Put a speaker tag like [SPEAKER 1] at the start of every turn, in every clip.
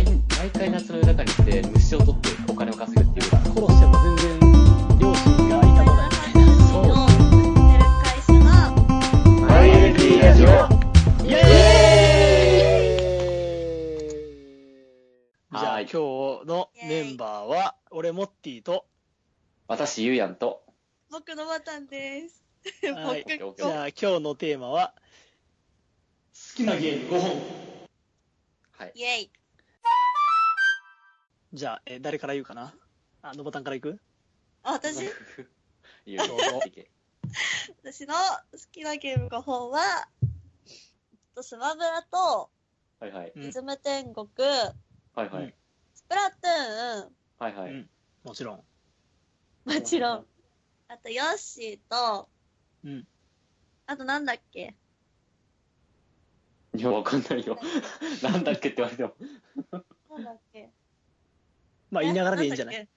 [SPEAKER 1] い夏の夜中に来て虫を取ってお金を稼ぐっていうか殺しても全然両親が痛まない
[SPEAKER 2] マイエネティラジ
[SPEAKER 1] オイエーイ
[SPEAKER 2] じゃあ
[SPEAKER 1] はい
[SPEAKER 2] 今日のメンバーは、俺、モッティと、
[SPEAKER 1] 私ゆうやんと
[SPEAKER 3] 僕のバタンです。
[SPEAKER 2] はい
[SPEAKER 3] 僕
[SPEAKER 2] じゃあ今日のテーマは、好きなゲーム5本。
[SPEAKER 1] はい
[SPEAKER 3] イェイ。
[SPEAKER 2] じゃあ、え誰から言うかなあ、のぼたんから行く
[SPEAKER 3] あ私、
[SPEAKER 1] ゆうやん
[SPEAKER 2] どうぞ
[SPEAKER 1] いけ
[SPEAKER 3] 私の好きなゲーム5本は、スマブラと、
[SPEAKER 1] はいはい
[SPEAKER 2] うん
[SPEAKER 3] リズム天国、
[SPEAKER 1] はいは
[SPEAKER 2] うん
[SPEAKER 1] い
[SPEAKER 3] スプラトゥーン、
[SPEAKER 1] はいは
[SPEAKER 2] う
[SPEAKER 1] い
[SPEAKER 2] んもちろん。
[SPEAKER 3] もちろん。あと、ヨッシーと、
[SPEAKER 2] うん。
[SPEAKER 3] あとなんだっけ
[SPEAKER 1] いやわかんないよ なんだっけって言われても
[SPEAKER 3] なんだっけ
[SPEAKER 2] まあ、言いながらでいいんじゃない
[SPEAKER 3] え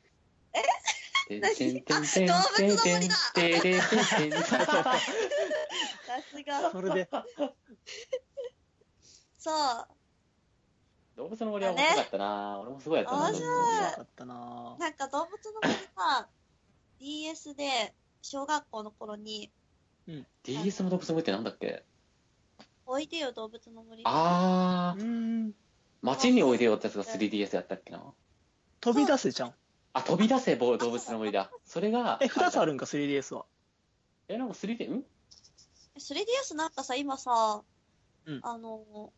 [SPEAKER 1] てん
[SPEAKER 3] 何
[SPEAKER 1] てんてん
[SPEAKER 3] あ
[SPEAKER 1] てん
[SPEAKER 3] 動物の
[SPEAKER 1] てん
[SPEAKER 3] 森だ
[SPEAKER 1] てんてんてんてん
[SPEAKER 3] さすが。
[SPEAKER 2] それで、
[SPEAKER 3] そう。
[SPEAKER 1] 動物の森は面白かったな俺もすごいやったな
[SPEAKER 3] 面白い
[SPEAKER 2] 面白かったなぁ
[SPEAKER 3] なんか動物の森は、DS で、小学校の頃に、
[SPEAKER 1] DS の動物の森ってなんだっけ
[SPEAKER 3] おいでよ動物の森。
[SPEAKER 1] あ
[SPEAKER 2] う
[SPEAKER 1] ー
[SPEAKER 2] ーん、
[SPEAKER 1] 街においでよってやつが 3DS やったっけな
[SPEAKER 2] 飛び出せじゃん。
[SPEAKER 1] あ飛び出せぼ動物の森だそれが
[SPEAKER 2] え、2つあるんか、3DS は。
[SPEAKER 1] えなんか 3D ん
[SPEAKER 3] 3DS なんかさ、今さ、
[SPEAKER 2] うん
[SPEAKER 3] あの、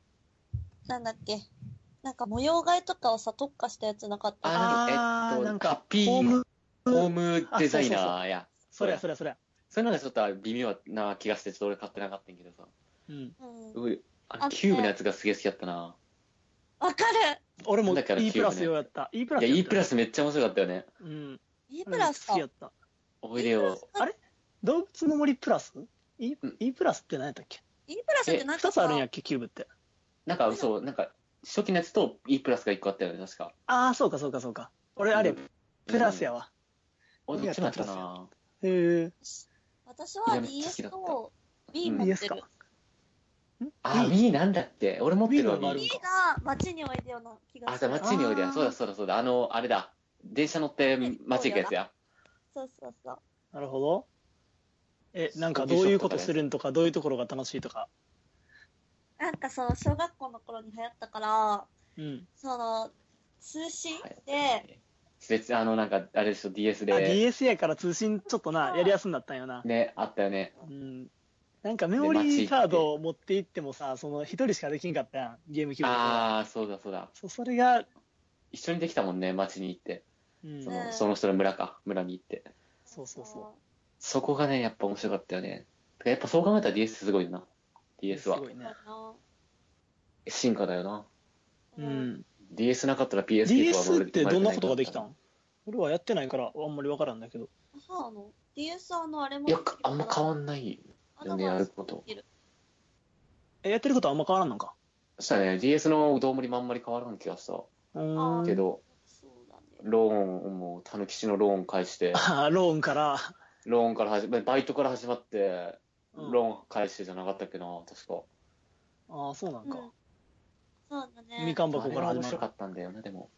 [SPEAKER 3] なんだっけ、なんか模様替えとかをさ、特化したやつなかった
[SPEAKER 1] あえ
[SPEAKER 2] あ
[SPEAKER 1] っ
[SPEAKER 2] ー、
[SPEAKER 1] と
[SPEAKER 2] なん
[SPEAKER 1] ハ
[SPEAKER 2] か
[SPEAKER 1] ッ、ピー
[SPEAKER 2] ホーム、
[SPEAKER 1] ホームデザイナーや
[SPEAKER 2] そりゃそりゃそりゃ。
[SPEAKER 1] そういうのがちょっと微妙な気がして、ちょっと俺買ってなかったんやけどさ。
[SPEAKER 2] うん。
[SPEAKER 3] うん。
[SPEAKER 1] ういあ
[SPEAKER 3] あ
[SPEAKER 1] の、キューブのやつがすげえ好きだったな。
[SPEAKER 3] わかる
[SPEAKER 2] 俺も
[SPEAKER 1] だから
[SPEAKER 2] E プラス
[SPEAKER 1] キューブね
[SPEAKER 2] よやった。E プラ
[SPEAKER 1] いや、
[SPEAKER 2] スやった
[SPEAKER 1] E プラスめっちゃ面白かったよね。
[SPEAKER 2] うん。
[SPEAKER 3] !E プラス
[SPEAKER 2] 好
[SPEAKER 3] か
[SPEAKER 2] き。やった。
[SPEAKER 1] おいでよ。
[SPEAKER 2] 動物の森プラス ?E
[SPEAKER 1] うん
[SPEAKER 2] E プラスって何やったっけ
[SPEAKER 3] E プラスってなん
[SPEAKER 2] 2
[SPEAKER 3] か
[SPEAKER 2] つ
[SPEAKER 3] さ
[SPEAKER 2] あるんやっけ、キューブって。
[SPEAKER 1] なんか、そう、なんか、初期のやつと E プラスが一個あったよね、確か。
[SPEAKER 2] ああ、そうかそうかそうか。俺、あれ、プラスやわ。
[SPEAKER 1] うん。俺、どっちもやった
[SPEAKER 2] いや
[SPEAKER 1] な。
[SPEAKER 2] へ
[SPEAKER 3] 私
[SPEAKER 1] い
[SPEAKER 3] は
[SPEAKER 1] やめっちゃ好きだ
[SPEAKER 3] DS
[SPEAKER 1] った
[SPEAKER 3] と
[SPEAKER 1] う
[SPEAKER 3] B
[SPEAKER 1] ん
[SPEAKER 2] え。
[SPEAKER 3] 持って
[SPEAKER 2] DS
[SPEAKER 3] る
[SPEAKER 2] か。。
[SPEAKER 1] あ、
[SPEAKER 2] うん
[SPEAKER 1] B なんだっけ俺持ってるわ、
[SPEAKER 2] Wii のがある
[SPEAKER 3] B
[SPEAKER 1] B。
[SPEAKER 3] が街においでよな気が
[SPEAKER 1] あ、
[SPEAKER 3] す
[SPEAKER 1] じゃあ、
[SPEAKER 3] る。
[SPEAKER 1] 街においで
[SPEAKER 2] あ
[SPEAKER 1] よ。
[SPEAKER 2] ー
[SPEAKER 1] そうだ、そうだ、そうだ。あの、あれだ。電車乗って街行くやつや。
[SPEAKER 3] そうそうそう。
[SPEAKER 2] なるほど。え、なんかどういうことするんとか、どういうところが楽しいとか。
[SPEAKER 3] なんかそう、小学校の頃に流行ったから、
[SPEAKER 2] うん。
[SPEAKER 3] その、通信で、
[SPEAKER 1] 別に、あの、なんか、あれでしょ、DS
[SPEAKER 2] あ、
[SPEAKER 1] で。
[SPEAKER 2] DS やから通信ちょっとな、やりやすくなったんよな。
[SPEAKER 1] ね、あったよね。
[SPEAKER 2] うん。なんかメモリーカードを持って行ってもさ、その一人しかできんかったやん、ゲームキューブとか
[SPEAKER 1] ああ、そうだ、そうだ。
[SPEAKER 2] そうそれが、
[SPEAKER 1] 一緒にできたもんね、街に行って。
[SPEAKER 2] うん
[SPEAKER 1] そ
[SPEAKER 3] ね
[SPEAKER 1] のその人の村か、村に行って。
[SPEAKER 2] そうそうそ
[SPEAKER 1] そこがね、やっぱ面白かったよね。てかやっぱそう考えたら DS すごいよな。DS は
[SPEAKER 2] すご。い
[SPEAKER 3] そう
[SPEAKER 2] ね
[SPEAKER 3] だ。な
[SPEAKER 1] 進化だよな。
[SPEAKER 2] う。ん。
[SPEAKER 1] DS なかったら PSP とか
[SPEAKER 2] DS ってどんなことができた
[SPEAKER 1] の
[SPEAKER 2] ん俺はやってないから、あんまりわからんだけど。
[SPEAKER 3] そうなの ?DS あの、あれも
[SPEAKER 1] い
[SPEAKER 3] で
[SPEAKER 1] や
[SPEAKER 3] きるか、ら。
[SPEAKER 1] あんま変わんない。
[SPEAKER 3] あ
[SPEAKER 1] よねやること。
[SPEAKER 2] え、やってることはあんま変わらんのか。
[SPEAKER 1] そしたらね、DS のどうもりもあんまり変わらん気がした。
[SPEAKER 2] うーん。
[SPEAKER 1] けど、
[SPEAKER 3] そうだね。
[SPEAKER 1] ローンも、たぬきちのローン返して、
[SPEAKER 2] あーローンから、
[SPEAKER 1] ローンから始まバイトから始まって、
[SPEAKER 2] うん
[SPEAKER 1] ローン返してじゃなかったっけな、確か。
[SPEAKER 2] ああ、そうなんか。
[SPEAKER 3] うんそうだね。
[SPEAKER 2] みかん
[SPEAKER 1] あ
[SPEAKER 2] 箱
[SPEAKER 1] れ
[SPEAKER 2] から
[SPEAKER 1] が
[SPEAKER 2] 始
[SPEAKER 1] 面
[SPEAKER 2] ま
[SPEAKER 1] 白
[SPEAKER 2] る
[SPEAKER 1] か。ったんだよな、でも。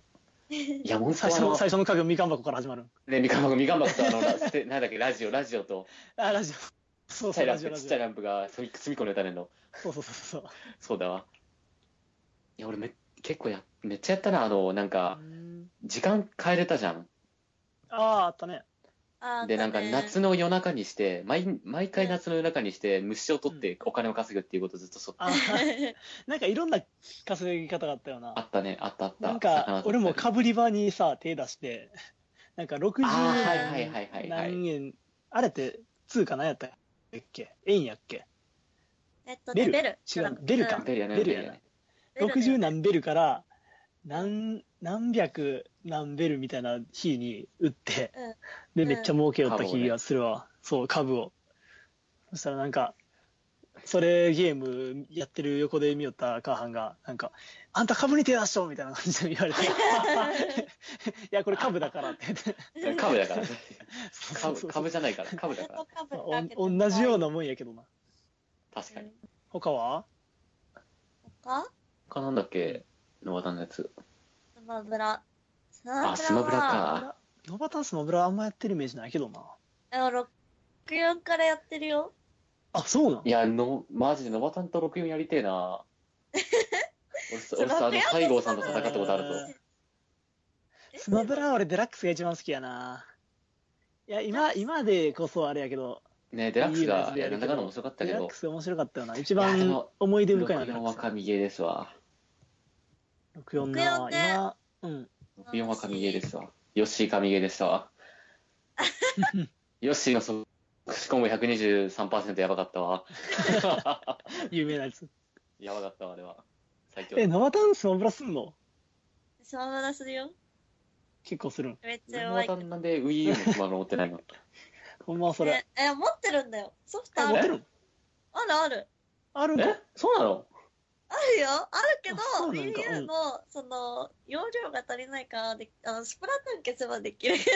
[SPEAKER 1] いや、もう
[SPEAKER 2] 最初の、最初の家具、みかん箱から始まる。
[SPEAKER 1] ね、みかんばこ、みかんばこと、あの、ラステなんだっけ、ラジオ、 ラジオと、
[SPEAKER 2] あ、ラジオ。そ
[SPEAKER 1] ちっちゃ
[SPEAKER 2] うそう、
[SPEAKER 1] いラン
[SPEAKER 2] ラジオ、
[SPEAKER 1] プ、
[SPEAKER 2] ラ
[SPEAKER 1] ちっ
[SPEAKER 2] ジ
[SPEAKER 1] ちゃい
[SPEAKER 2] オ。
[SPEAKER 1] ランプが、そみすみこの歌ねんの。
[SPEAKER 2] そうそうそうそう。
[SPEAKER 1] そうだわ。いや、俺め、結構や、めっちゃやったな、あの、なんか、時間変えれたじゃん。
[SPEAKER 2] ああー、あったね。
[SPEAKER 3] あ
[SPEAKER 1] で、なんか、夏の夜中にして、毎、毎回夏の夜中にして、虫を取ってお金を稼ぐっていうことずっとそ、
[SPEAKER 2] あー
[SPEAKER 3] ね
[SPEAKER 2] なんかいろんな稼ぎ方があったよな
[SPEAKER 1] あ。ったね、あったあった。
[SPEAKER 2] なん
[SPEAKER 1] 魚取っ
[SPEAKER 2] か、俺
[SPEAKER 1] たり
[SPEAKER 2] もかぶり場にさ、手出して、なんか60
[SPEAKER 1] あーはいはいはいはいはい
[SPEAKER 2] 何円、あれって通貨何やったっけ円やっけ
[SPEAKER 3] えっと
[SPEAKER 2] ベ
[SPEAKER 3] ね、
[SPEAKER 2] ル
[SPEAKER 3] ベル。
[SPEAKER 2] 違うベルか
[SPEAKER 1] ベルやね、
[SPEAKER 2] ベ
[SPEAKER 1] ベル
[SPEAKER 2] ルや
[SPEAKER 1] や
[SPEAKER 2] な
[SPEAKER 1] ね。
[SPEAKER 3] ベルだよ
[SPEAKER 2] ?60 何ベルから何、何百何ベルみたいな日に打って、
[SPEAKER 3] う
[SPEAKER 2] で、
[SPEAKER 3] ん
[SPEAKER 2] めっちゃ儲けよった気がするわ。そう、株を。そしたらなんか、それゲームやってる横で見よったカーハンが、なんか、あんた株に手出しとみたいな感じで言われて、いや、これ株だからって言って。
[SPEAKER 1] 株だから。
[SPEAKER 2] そうそ
[SPEAKER 1] 株、
[SPEAKER 2] うそう
[SPEAKER 1] 株じゃないから、株
[SPEAKER 3] ず
[SPEAKER 1] だ
[SPEAKER 3] っ
[SPEAKER 1] から
[SPEAKER 3] と。かぶってあげて
[SPEAKER 2] お同じようなもんやけどな。
[SPEAKER 1] 確か
[SPEAKER 3] う
[SPEAKER 1] に
[SPEAKER 3] ん。
[SPEAKER 2] 他は
[SPEAKER 3] 他
[SPEAKER 1] 他なんだっけ、のわたのやつ。
[SPEAKER 3] スマブラ。スマブラは
[SPEAKER 1] あスマブラか
[SPEAKER 2] ノバタンスマブラあんまやってるイメージないけどな。
[SPEAKER 3] でも64からやってるよ。
[SPEAKER 2] あ、そうなん
[SPEAKER 1] いや、の、マジで、ノバタンと64やりて えな俺さ、俺
[SPEAKER 3] そ
[SPEAKER 1] さ、あ
[SPEAKER 3] う
[SPEAKER 1] の、西郷さんと戦ったことあるぞ。
[SPEAKER 2] スマブラは俺デラックスが一番好きやな。いや、今、今でこそあれやけど、
[SPEAKER 1] ねデラックス
[SPEAKER 2] いいマ
[SPEAKER 1] が
[SPEAKER 2] ジ、
[SPEAKER 1] い
[SPEAKER 2] でや
[SPEAKER 1] や
[SPEAKER 2] る
[SPEAKER 1] なんだ
[SPEAKER 2] けど
[SPEAKER 1] かんだ面白かった
[SPEAKER 2] デ
[SPEAKER 1] け
[SPEAKER 2] ラッ
[SPEAKER 1] ど
[SPEAKER 2] ク、ス面白かったよな。一
[SPEAKER 1] いやで
[SPEAKER 2] 番
[SPEAKER 1] も
[SPEAKER 2] 思い出深い
[SPEAKER 1] 64
[SPEAKER 2] な。
[SPEAKER 1] は神ゲーですわ。
[SPEAKER 2] 64な。
[SPEAKER 3] 64ね
[SPEAKER 2] 今、うん。
[SPEAKER 1] 64は神ゲーですわ。ヨッシー神ゲーでした わ。ヨッシーのそ、しかも123%やばかったわ。
[SPEAKER 2] 有名なやつ。
[SPEAKER 1] やばかったわ、あれは。最強だ
[SPEAKER 2] え、ノバタンスマブラすんの
[SPEAKER 3] スマブラするよ。
[SPEAKER 2] 結構するん。
[SPEAKER 3] めっちゃうま
[SPEAKER 1] ないん。でなんで Wii U のスマブラ持ってないの
[SPEAKER 2] ほんまはそれ。
[SPEAKER 3] え、え持ってるんだよ。ソフト
[SPEAKER 2] あ
[SPEAKER 3] あ
[SPEAKER 2] 持って
[SPEAKER 3] る。
[SPEAKER 2] るん
[SPEAKER 3] あるある。
[SPEAKER 2] あるん
[SPEAKER 1] え
[SPEAKER 2] か
[SPEAKER 1] そうなの
[SPEAKER 3] あるよ。あるけど
[SPEAKER 2] あそう、なんか
[SPEAKER 3] Wii
[SPEAKER 2] うん
[SPEAKER 3] U の、その、容量が足りないからでき、あの、スプラトゥーン消せばできるけど、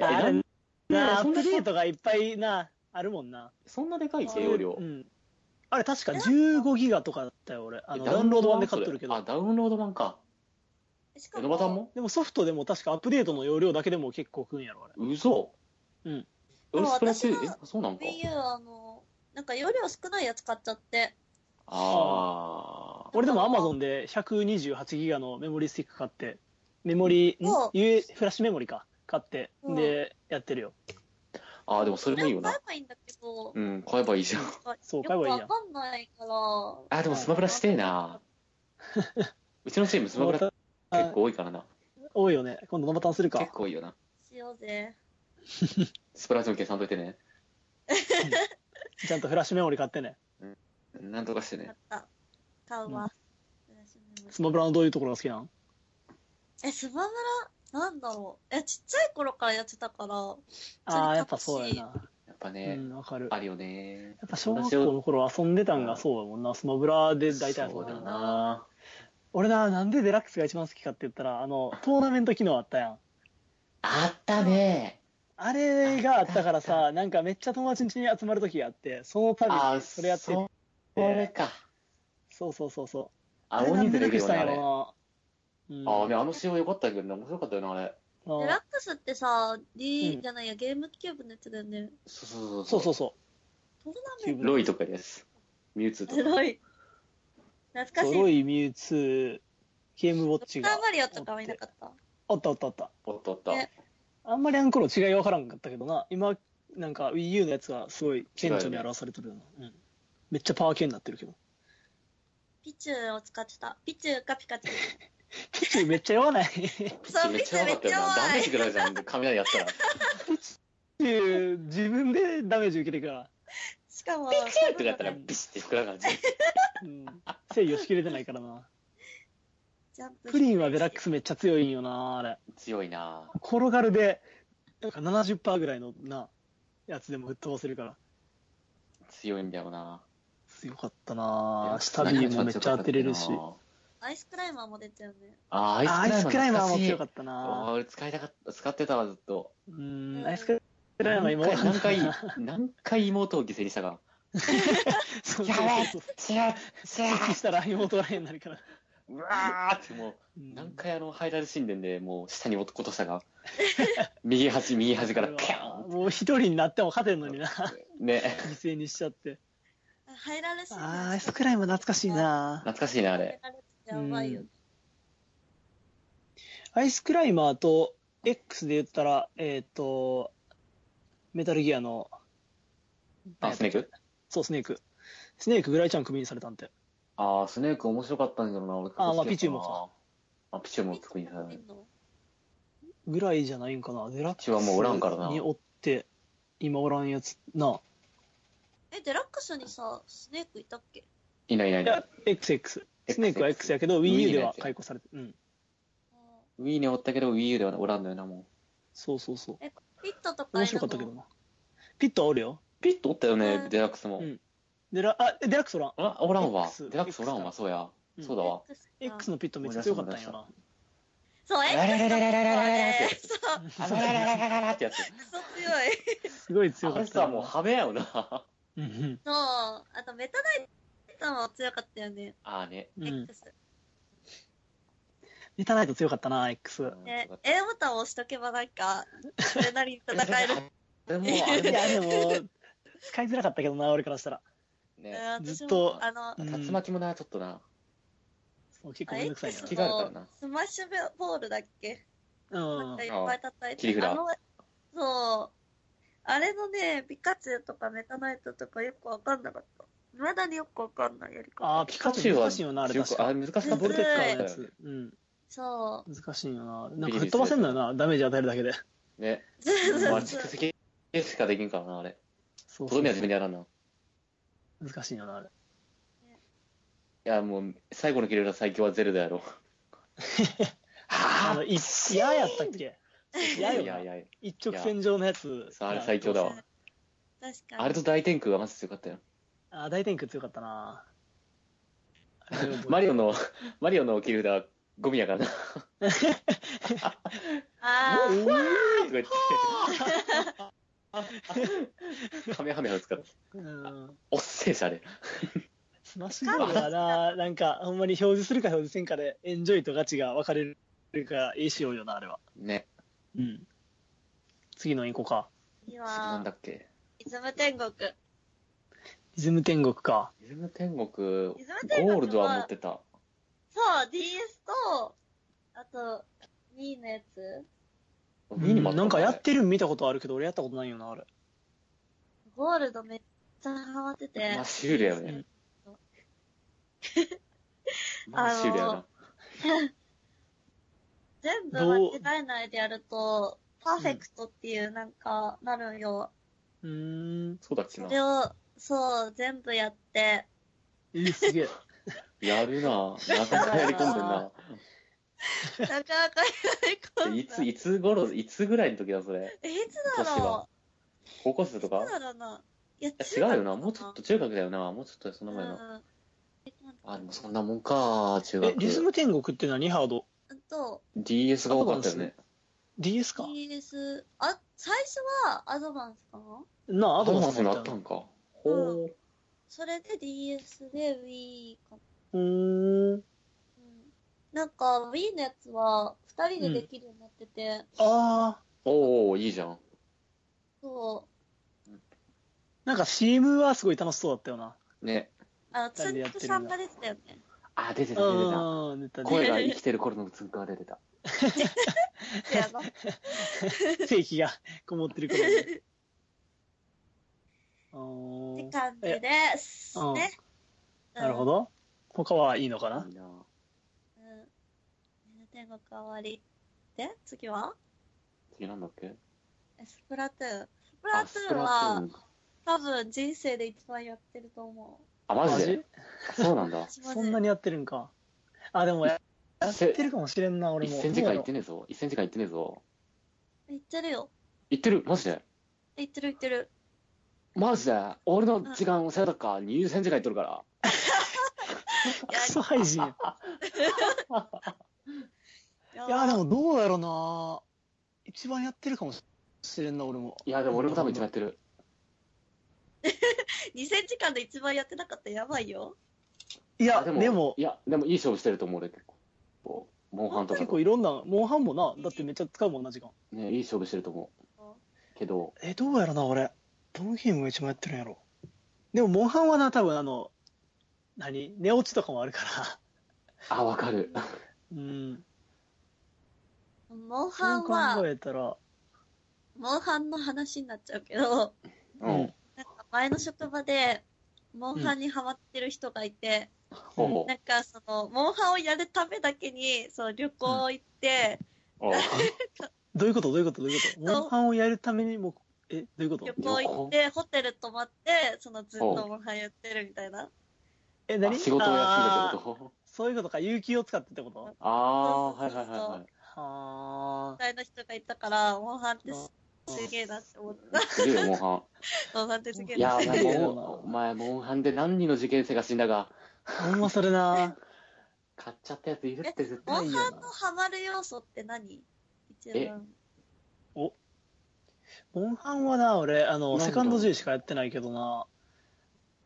[SPEAKER 1] え
[SPEAKER 2] あれなア
[SPEAKER 1] そん
[SPEAKER 2] ッ
[SPEAKER 1] な
[SPEAKER 2] プデートがいっぱいな、あるもんな。
[SPEAKER 1] そんなでかい
[SPEAKER 3] あ
[SPEAKER 1] っけ、容量
[SPEAKER 2] う。ん。あれ確か15ギガとかだったよ、俺。あの、ダウンロード版で買っとるけ
[SPEAKER 1] あ、
[SPEAKER 2] ど。
[SPEAKER 1] ダウンロード版か。
[SPEAKER 3] し
[SPEAKER 1] 江ノバさんも
[SPEAKER 2] でもソフトでも確かアップデートの容量だけでも結構食うんやろ、あれ。
[SPEAKER 1] 嘘
[SPEAKER 2] うん。
[SPEAKER 1] 俺、スプラトゥ
[SPEAKER 3] でも
[SPEAKER 1] ーン、
[SPEAKER 3] 私は
[SPEAKER 1] え、そうなんか。
[SPEAKER 3] Wii U はあの、なんか容量少ないやつ買っちゃって、
[SPEAKER 1] ああ。
[SPEAKER 2] 俺でも Amazon で128ギガのメモリースティック買って、メモリー、ん
[SPEAKER 3] うん
[SPEAKER 2] U- フラッシュメモリか、買って、
[SPEAKER 3] うん
[SPEAKER 2] で、やってるよ。
[SPEAKER 1] ああ、でもそれもいいよ
[SPEAKER 3] 買
[SPEAKER 1] な
[SPEAKER 3] え。ばいいんだけど、
[SPEAKER 1] うん、買えばいいじゃん。
[SPEAKER 3] なんか
[SPEAKER 2] そう
[SPEAKER 3] よく
[SPEAKER 2] 買えばいいやん
[SPEAKER 3] わかんないから、
[SPEAKER 1] あー、でもスマブラしてえ な。うちのチームスマブラ
[SPEAKER 2] また
[SPEAKER 1] 結構多いからな。
[SPEAKER 2] 多いよね。今度ノバタンするか
[SPEAKER 1] 結。構多いよな。
[SPEAKER 3] しようぜ。
[SPEAKER 1] スプラトゥーン計算といてね。
[SPEAKER 2] ちゃんとフラッシュメモリ買ってね。
[SPEAKER 1] なんとかしてね
[SPEAKER 3] 買。った。買うわ。
[SPEAKER 2] スマブラのどういうところが好きなの
[SPEAKER 3] え、スマブラなんだろう。え、ちっちゃい頃からやってたから、
[SPEAKER 2] ああ、やっぱそうやな。
[SPEAKER 1] やっぱ
[SPEAKER 2] う
[SPEAKER 1] ね、
[SPEAKER 2] ん、わかる。
[SPEAKER 1] あるよね。
[SPEAKER 2] やっぱ小学校の頃遊んでたんがそうやもんな。スマブラで大体遊
[SPEAKER 1] そ
[SPEAKER 2] ん
[SPEAKER 1] う
[SPEAKER 2] で
[SPEAKER 1] だ
[SPEAKER 2] たもんな
[SPEAKER 1] な。
[SPEAKER 2] 俺な、なんでデラックスが一番好きかって言ったら、あの、トーナメント機能あったやん。
[SPEAKER 1] あったね。
[SPEAKER 2] あれがあったからさ、なんかめっちゃ友達ん家に集まる時があって、その度
[SPEAKER 1] あー
[SPEAKER 2] にそれやって、
[SPEAKER 1] それか。
[SPEAKER 2] そうそうそうそう。
[SPEAKER 1] あ、大人数
[SPEAKER 2] で
[SPEAKER 1] できるよね、あれ。
[SPEAKER 2] う
[SPEAKER 1] あー
[SPEAKER 2] ん、
[SPEAKER 1] ね、あの仕様良かったけどね、面白かったよな、あれ。
[SPEAKER 3] デラッ
[SPEAKER 2] あ
[SPEAKER 3] クスってさ、
[SPEAKER 2] う
[SPEAKER 3] D
[SPEAKER 2] ん
[SPEAKER 3] じゃないや、ゲームキューブのやつだよね。
[SPEAKER 1] そう
[SPEAKER 2] そ
[SPEAKER 1] そうう
[SPEAKER 2] そ
[SPEAKER 1] そうう。
[SPEAKER 2] そ
[SPEAKER 3] トー
[SPEAKER 2] う。
[SPEAKER 3] ナメ
[SPEAKER 2] キュ
[SPEAKER 3] ン
[SPEAKER 2] ー
[SPEAKER 3] ト
[SPEAKER 2] ブ
[SPEAKER 1] ロイとかです。ミュウツーと
[SPEAKER 3] す
[SPEAKER 1] か。
[SPEAKER 3] ごい。懐かしい。
[SPEAKER 2] ロイ、ミュウツー、ゲームウォ
[SPEAKER 3] ド
[SPEAKER 2] ッ
[SPEAKER 3] ク
[SPEAKER 2] チ
[SPEAKER 3] タ
[SPEAKER 2] が
[SPEAKER 3] ーマリオとかはいなかった。
[SPEAKER 2] あったあったあった。
[SPEAKER 1] おっとおっと。
[SPEAKER 3] ね
[SPEAKER 2] あんまりあの頃違い分からんかったけどな。今、なんか Wii U のやつはすごい顕著に表されてるよな。うん。めっちゃパワー系になってるけど。
[SPEAKER 3] ピチューを使ってた。ピチューかピカチュウ。
[SPEAKER 2] ピチューめっちゃ弱ない。
[SPEAKER 3] そう、
[SPEAKER 1] めっ
[SPEAKER 3] ピチ
[SPEAKER 1] ち
[SPEAKER 3] ュ
[SPEAKER 1] ゃ
[SPEAKER 3] ーめ
[SPEAKER 1] 良
[SPEAKER 3] っ
[SPEAKER 1] かった
[SPEAKER 3] ち
[SPEAKER 1] よ
[SPEAKER 3] ゃ
[SPEAKER 1] な。ダメ
[SPEAKER 3] 弱
[SPEAKER 1] ー
[SPEAKER 3] い
[SPEAKER 1] ジ。食らうじゃん、雷やったら。
[SPEAKER 2] ピチュー自分でダメージ受けてから、
[SPEAKER 3] しかも、
[SPEAKER 1] ピチューとかやったらビシって膨らむ感じ。
[SPEAKER 2] うん、制御しきれてないからな。
[SPEAKER 3] ジャンプ
[SPEAKER 2] プリンはデラックスめっちゃ強いんよな、あれ。
[SPEAKER 1] 強いな。
[SPEAKER 2] 転がるで、なんか70%ぐらいのな、やつでも吹っ飛ばせるから。
[SPEAKER 1] 強いんだよな。
[SPEAKER 2] 強かったな下ビーもめっちゃ当てれるし。
[SPEAKER 3] アイスクライマーも出たよね。
[SPEAKER 1] あー
[SPEAKER 2] ア
[SPEAKER 1] ア
[SPEAKER 2] イ
[SPEAKER 1] イ
[SPEAKER 2] ス
[SPEAKER 1] ス
[SPEAKER 2] ク
[SPEAKER 1] ク
[SPEAKER 2] ラ
[SPEAKER 1] ラ
[SPEAKER 2] イ
[SPEAKER 1] イ
[SPEAKER 2] マ
[SPEAKER 1] マ
[SPEAKER 2] ー
[SPEAKER 1] ー
[SPEAKER 2] も
[SPEAKER 1] 懐
[SPEAKER 2] 強
[SPEAKER 1] か
[SPEAKER 2] か
[SPEAKER 1] しい
[SPEAKER 2] った
[SPEAKER 1] あ
[SPEAKER 2] な
[SPEAKER 1] ー俺使いたかった、使ってたわ、ずっと。
[SPEAKER 2] うん、アイスクライマー今
[SPEAKER 1] 何回、何回、何回妹を犠牲にしたか。
[SPEAKER 2] そうそ
[SPEAKER 1] や
[SPEAKER 2] う
[SPEAKER 1] べえ
[SPEAKER 2] そう。
[SPEAKER 1] シュッシュ
[SPEAKER 2] 復帰
[SPEAKER 1] ッ
[SPEAKER 2] したら妹がらへんなるから。
[SPEAKER 1] うわーってもう、
[SPEAKER 2] うん
[SPEAKER 1] 何回あの、ハイラル神殿でもう下に落っことした が、右端、右端からピャーン
[SPEAKER 2] もう一人になっても勝てんのにな。
[SPEAKER 1] ね、
[SPEAKER 2] 犠牲にしちゃって。
[SPEAKER 3] あ入られそう
[SPEAKER 2] あー、アイスクライマー懐かしいな
[SPEAKER 1] 懐かしいな、あれ。
[SPEAKER 3] やばいよね。
[SPEAKER 2] アイスクライマーと X で言ったら、えっ、と、メタルギアの、
[SPEAKER 1] あ、スネーク
[SPEAKER 2] そう、スネーク。スネークぐらいちゃんクビにされたんて。
[SPEAKER 1] ああ、スネーク面白かったんだけどな、俺。
[SPEAKER 2] あーまあピチューもか。
[SPEAKER 1] あ、ピチューも特にさ、
[SPEAKER 3] 見んの
[SPEAKER 2] ぐらいじゃないんかな。デラック
[SPEAKER 1] う
[SPEAKER 2] ス
[SPEAKER 1] ちはもうおらんからな
[SPEAKER 2] におって、今おらんやつ。な
[SPEAKER 3] え、デラックスにさ、スネークいたっけ
[SPEAKER 1] いないいない
[SPEAKER 2] あ。
[SPEAKER 1] い
[SPEAKER 2] い
[SPEAKER 1] ない
[SPEAKER 2] や、XX。スネークは X やけど、Wii U では解雇されて。うん。
[SPEAKER 3] あ
[SPEAKER 1] Wii におったけど、Wii U ではおらんのよな、も
[SPEAKER 2] そうそうそう。
[SPEAKER 3] ーピットとかいるの
[SPEAKER 2] 面白かったけどな。ピットはおるよ。
[SPEAKER 1] う。ピッとおったよ
[SPEAKER 3] う
[SPEAKER 1] ね
[SPEAKER 3] ん、
[SPEAKER 1] デラックスも
[SPEAKER 2] う。んデラ、あ、えデラックスおらん。
[SPEAKER 1] あ、おらんわ
[SPEAKER 2] X。
[SPEAKER 1] デラックスおらんわ、そうや
[SPEAKER 2] う。ん
[SPEAKER 1] そうだわ。
[SPEAKER 3] X
[SPEAKER 2] X のピットめっちゃ強かったんやな。
[SPEAKER 3] そう、X
[SPEAKER 1] ラララララララララ
[SPEAKER 3] ねそう、
[SPEAKER 1] あらららららららってやつ。
[SPEAKER 3] クソ強い。
[SPEAKER 2] すごい強
[SPEAKER 1] あ
[SPEAKER 2] かっ
[SPEAKER 1] れ
[SPEAKER 2] たな。
[SPEAKER 1] さ、もうハメやよな。 あ
[SPEAKER 2] うんうん。
[SPEAKER 3] そう、あとメタナイトも強かったよね。
[SPEAKER 1] あね。
[SPEAKER 2] うん
[SPEAKER 3] X。
[SPEAKER 2] ネタないと強かったな、X。
[SPEAKER 3] ね、A ボタンを押しとけばなんか、それなりに戦 える。
[SPEAKER 1] でも、
[SPEAKER 2] い
[SPEAKER 1] あれ
[SPEAKER 2] や、
[SPEAKER 1] だ
[SPEAKER 2] で
[SPEAKER 1] よ
[SPEAKER 2] も、使いづらかったけどな、俺からしたら。
[SPEAKER 3] うん
[SPEAKER 1] ね。
[SPEAKER 3] 私も
[SPEAKER 2] ずっと
[SPEAKER 3] あの、
[SPEAKER 2] うん
[SPEAKER 1] 竜巻もな、ちょっとな。
[SPEAKER 2] そう結構
[SPEAKER 3] あ
[SPEAKER 2] めんどくさい
[SPEAKER 3] X
[SPEAKER 1] 気があるからな
[SPEAKER 3] のスマッシュボールだっけ
[SPEAKER 2] な。
[SPEAKER 3] な
[SPEAKER 2] うんん
[SPEAKER 3] かいっぱい叩いて。
[SPEAKER 1] 切り札
[SPEAKER 3] あのそう。あれのね、ピカチュウとかメタナイトとかよくわかんなかった。未だによくわかんないやり
[SPEAKER 2] あ
[SPEAKER 3] 方
[SPEAKER 2] ー、。ピカチュウ難しいよな、あれ
[SPEAKER 1] 強
[SPEAKER 2] 確
[SPEAKER 1] くあ
[SPEAKER 2] か。
[SPEAKER 1] れ難しかった
[SPEAKER 3] あ
[SPEAKER 2] ボルテッカーのや
[SPEAKER 1] ね
[SPEAKER 2] つ。うん。
[SPEAKER 3] そ
[SPEAKER 2] 難しいよな。なんか吹っ飛ばせんのよな、ダメージ与えるだけで。
[SPEAKER 1] ね。
[SPEAKER 3] う。ずーず
[SPEAKER 1] まあ、
[SPEAKER 3] ーず
[SPEAKER 1] 蓄
[SPEAKER 3] ー
[SPEAKER 1] 積しかできんからな、あれ。
[SPEAKER 2] そ
[SPEAKER 1] と
[SPEAKER 2] うそ
[SPEAKER 1] ど
[SPEAKER 2] う
[SPEAKER 1] めは自分でやらんな。い
[SPEAKER 2] 難しいよな、あれ。
[SPEAKER 1] や、もう、最後の切れる最強はゼルダや ろ。
[SPEAKER 2] あ
[SPEAKER 1] は
[SPEAKER 2] の、
[SPEAKER 1] ぁ
[SPEAKER 2] い嫌やったっ
[SPEAKER 1] い
[SPEAKER 2] け嫌
[SPEAKER 1] や
[SPEAKER 2] よ
[SPEAKER 1] いや。
[SPEAKER 2] ない
[SPEAKER 1] や、
[SPEAKER 2] 一直線上のやつ。
[SPEAKER 1] さああれ最強だわ。
[SPEAKER 3] 確かに。
[SPEAKER 1] あれと大天空はまず強かったよ。
[SPEAKER 2] あー、大天空強かったな。あれ
[SPEAKER 1] マリオの、マリオの切れるはゴミやからな。
[SPEAKER 3] あー
[SPEAKER 1] うわーとか言って。カメハメハ使って。
[SPEAKER 2] うん。
[SPEAKER 1] おっせえし、あれ。
[SPEAKER 2] スマッシュボールはな、なんか、ほんまに表示するか表示せんかで、エンジョイとガチが分かれるから、ええしようよな、あれは。
[SPEAKER 1] ね。
[SPEAKER 2] うん。次のインコか。
[SPEAKER 3] いい
[SPEAKER 1] 次なん
[SPEAKER 3] わ
[SPEAKER 1] だ。っけ。
[SPEAKER 3] イズム天国。
[SPEAKER 2] リズム天国か。
[SPEAKER 1] イズム天国、
[SPEAKER 3] イズム天国は
[SPEAKER 1] ゴールドは持ってた。
[SPEAKER 3] そう、DS と、あと、Wii のやつ。
[SPEAKER 1] ミニもあた
[SPEAKER 2] うんなんかやっ
[SPEAKER 1] ね
[SPEAKER 2] てるん見たことあるけど、俺やったことないよな、あれ。
[SPEAKER 3] ゴールドめっちゃハマってて
[SPEAKER 1] まあ、。シュールやよ
[SPEAKER 2] う
[SPEAKER 1] ね
[SPEAKER 2] ん。
[SPEAKER 1] まあ、シュールや
[SPEAKER 3] あ
[SPEAKER 1] な。
[SPEAKER 3] の全部
[SPEAKER 2] どう
[SPEAKER 3] 間違えないでやると、パーフェクトっていうなんか、なるよ。
[SPEAKER 2] うーん。
[SPEAKER 1] そうだっけ
[SPEAKER 3] そ
[SPEAKER 1] な。
[SPEAKER 3] れを、そう、全部 やって。
[SPEAKER 2] えー、すげえ。
[SPEAKER 1] やるなぁ。なかなかやり込んでんな。
[SPEAKER 3] なかなかやり込んだ。
[SPEAKER 1] いつ、いつ頃、いつぐらいの時だ、それ。
[SPEAKER 3] え、いつだ
[SPEAKER 1] 年は
[SPEAKER 3] ろ
[SPEAKER 1] 高校
[SPEAKER 3] う
[SPEAKER 1] 生
[SPEAKER 3] いつ
[SPEAKER 1] とか
[SPEAKER 3] だろうな。いや、
[SPEAKER 1] いや違うよな。もうちょっと中学だよな。もうちょっとそんな前な。
[SPEAKER 3] うん。
[SPEAKER 1] あ、でもそんなもんか、中
[SPEAKER 2] え
[SPEAKER 1] 学、。
[SPEAKER 2] リズム天国って何ハード
[SPEAKER 3] うんと、
[SPEAKER 1] DS が多かったよね。
[SPEAKER 2] ?DS か。
[SPEAKER 3] DS、あ、最初はアドバンスかな
[SPEAKER 2] なあ、
[SPEAKER 1] ア
[SPEAKER 2] アド
[SPEAKER 1] ド
[SPEAKER 2] バ
[SPEAKER 1] バン
[SPEAKER 2] ンス
[SPEAKER 1] スに
[SPEAKER 2] だ
[SPEAKER 1] な
[SPEAKER 2] っ
[SPEAKER 1] ったた
[SPEAKER 2] の
[SPEAKER 1] んか。
[SPEAKER 3] う
[SPEAKER 1] ほう。
[SPEAKER 3] それで DS で Wii かな。
[SPEAKER 2] うーん。
[SPEAKER 3] うんなんか Wii のやつは2人でできるようになってて、
[SPEAKER 2] ああ。
[SPEAKER 1] おー、いいじゃん。
[SPEAKER 3] そう。
[SPEAKER 2] なんか CM はすごい楽しそうだったよな。
[SPEAKER 1] ね。
[SPEAKER 3] あの、
[SPEAKER 2] 二
[SPEAKER 3] つ
[SPEAKER 2] 人でや
[SPEAKER 3] ん
[SPEAKER 2] ってる
[SPEAKER 3] く
[SPEAKER 2] んだ
[SPEAKER 3] さんが出てたよ ね。
[SPEAKER 1] あ、出てた、出てた。
[SPEAKER 2] うん。出た
[SPEAKER 1] 声が生きてる頃のつんくが出てた。
[SPEAKER 3] せやな。
[SPEAKER 2] 正気がこもってるから ね。あ
[SPEAKER 3] って
[SPEAKER 2] ー
[SPEAKER 3] 感じです。
[SPEAKER 2] うん
[SPEAKER 3] ね。
[SPEAKER 2] なるほ
[SPEAKER 3] ど。
[SPEAKER 2] ど。他はいいのかない
[SPEAKER 1] いなぁ
[SPEAKER 3] うん。天国終わり。で、次は
[SPEAKER 1] 次なんだっけ
[SPEAKER 3] えスプラトゥーン。スプラ
[SPEAKER 1] あ、
[SPEAKER 3] ト
[SPEAKER 1] ス
[SPEAKER 3] ゥ
[SPEAKER 1] プ
[SPEAKER 3] ー
[SPEAKER 1] ラトゥ
[SPEAKER 3] ン
[SPEAKER 1] ー
[SPEAKER 3] は
[SPEAKER 1] ンか。
[SPEAKER 3] 多分人生で一番やってると思
[SPEAKER 1] あ、マジであそうなんだ
[SPEAKER 3] う。。私マジ
[SPEAKER 2] そんなにやってるんか。あ、でもややっ
[SPEAKER 1] せ
[SPEAKER 2] てるかもしれんな、俺も。
[SPEAKER 1] 1000時間行ってねえぞ。1000時間行ってねえぞ。
[SPEAKER 3] 言ってるよ。
[SPEAKER 1] 行ってるマジで
[SPEAKER 3] 言ってる言ってる。
[SPEAKER 1] マジで俺の時間をせやだか、入選時間行っとるから。
[SPEAKER 2] クソ廃人や。
[SPEAKER 3] や
[SPEAKER 2] いや、でもどうやろな。一番やってるかもしれんな、俺も。
[SPEAKER 1] いや、でも俺も多分一番やってる。
[SPEAKER 3] 2000時間で一番やってなかったらやばいよ。
[SPEAKER 2] いや、
[SPEAKER 1] あ
[SPEAKER 2] でも、
[SPEAKER 1] いや、でもいい勝負してると思う、俺結構。モンハンとか
[SPEAKER 2] 結
[SPEAKER 1] と
[SPEAKER 2] 構いろんな、モンハンもな、だってめっちゃ使うもんな、時間。
[SPEAKER 1] ね、いい勝負してると思う。けど、
[SPEAKER 2] え、どうやろな、俺。どのゲームが一番やってるんやろ。でも、モンハンはな、多分あの、何寝落ちとかもあるから。
[SPEAKER 1] あ、わかる。
[SPEAKER 2] うん。
[SPEAKER 3] モンハ
[SPEAKER 2] そ
[SPEAKER 3] ン
[SPEAKER 2] う
[SPEAKER 3] は
[SPEAKER 2] 考、えたら、
[SPEAKER 3] モンハンの話になっちゃうけど、
[SPEAKER 1] う
[SPEAKER 2] うん
[SPEAKER 1] ん。
[SPEAKER 3] 前の職場で、モンハンにハマってる人がいて、
[SPEAKER 1] ほうほ
[SPEAKER 3] なんかその、モンハンをやるためだけに、そう、旅行行って、
[SPEAKER 1] う。おう
[SPEAKER 2] どういうことどういうことどういうこと
[SPEAKER 3] そう
[SPEAKER 2] モンハンをやるためにも、え、どういうこと
[SPEAKER 3] 旅行行って、ホテル泊まって、そのずっとモンハンやってるみたいな。
[SPEAKER 2] え、
[SPEAKER 1] あ
[SPEAKER 2] 何
[SPEAKER 1] 仕事を休んで
[SPEAKER 2] あ
[SPEAKER 1] って
[SPEAKER 2] ー
[SPEAKER 1] こと
[SPEAKER 2] そういうことか、有給を使ってってこと
[SPEAKER 1] ああー、
[SPEAKER 3] そ
[SPEAKER 1] はいは
[SPEAKER 3] うそう
[SPEAKER 1] い
[SPEAKER 3] そう
[SPEAKER 1] はいは
[SPEAKER 2] はあ
[SPEAKER 3] み。たいな人がいたから、モンハンってす
[SPEAKER 2] うん
[SPEAKER 3] すげえなって思った。
[SPEAKER 1] い。すげえよ、モンハ
[SPEAKER 3] モンハンってすげえ
[SPEAKER 1] ン。いや
[SPEAKER 3] なって
[SPEAKER 1] ー、なん
[SPEAKER 3] 思っ
[SPEAKER 2] す
[SPEAKER 1] か
[SPEAKER 2] げえな
[SPEAKER 1] おお前、モンハンで何人の受験生が死んだが、
[SPEAKER 2] ほんまそれな。
[SPEAKER 1] 買っちゃったやついるって絶
[SPEAKER 3] た。モ
[SPEAKER 1] 対
[SPEAKER 3] ン
[SPEAKER 1] いいよ
[SPEAKER 3] ハン
[SPEAKER 1] な
[SPEAKER 3] の。ハマる要素って何一番。
[SPEAKER 2] モンハンはな、俺、あ
[SPEAKER 1] なん
[SPEAKER 2] の、
[SPEAKER 1] だ
[SPEAKER 2] セカンド G しかやってないけどな。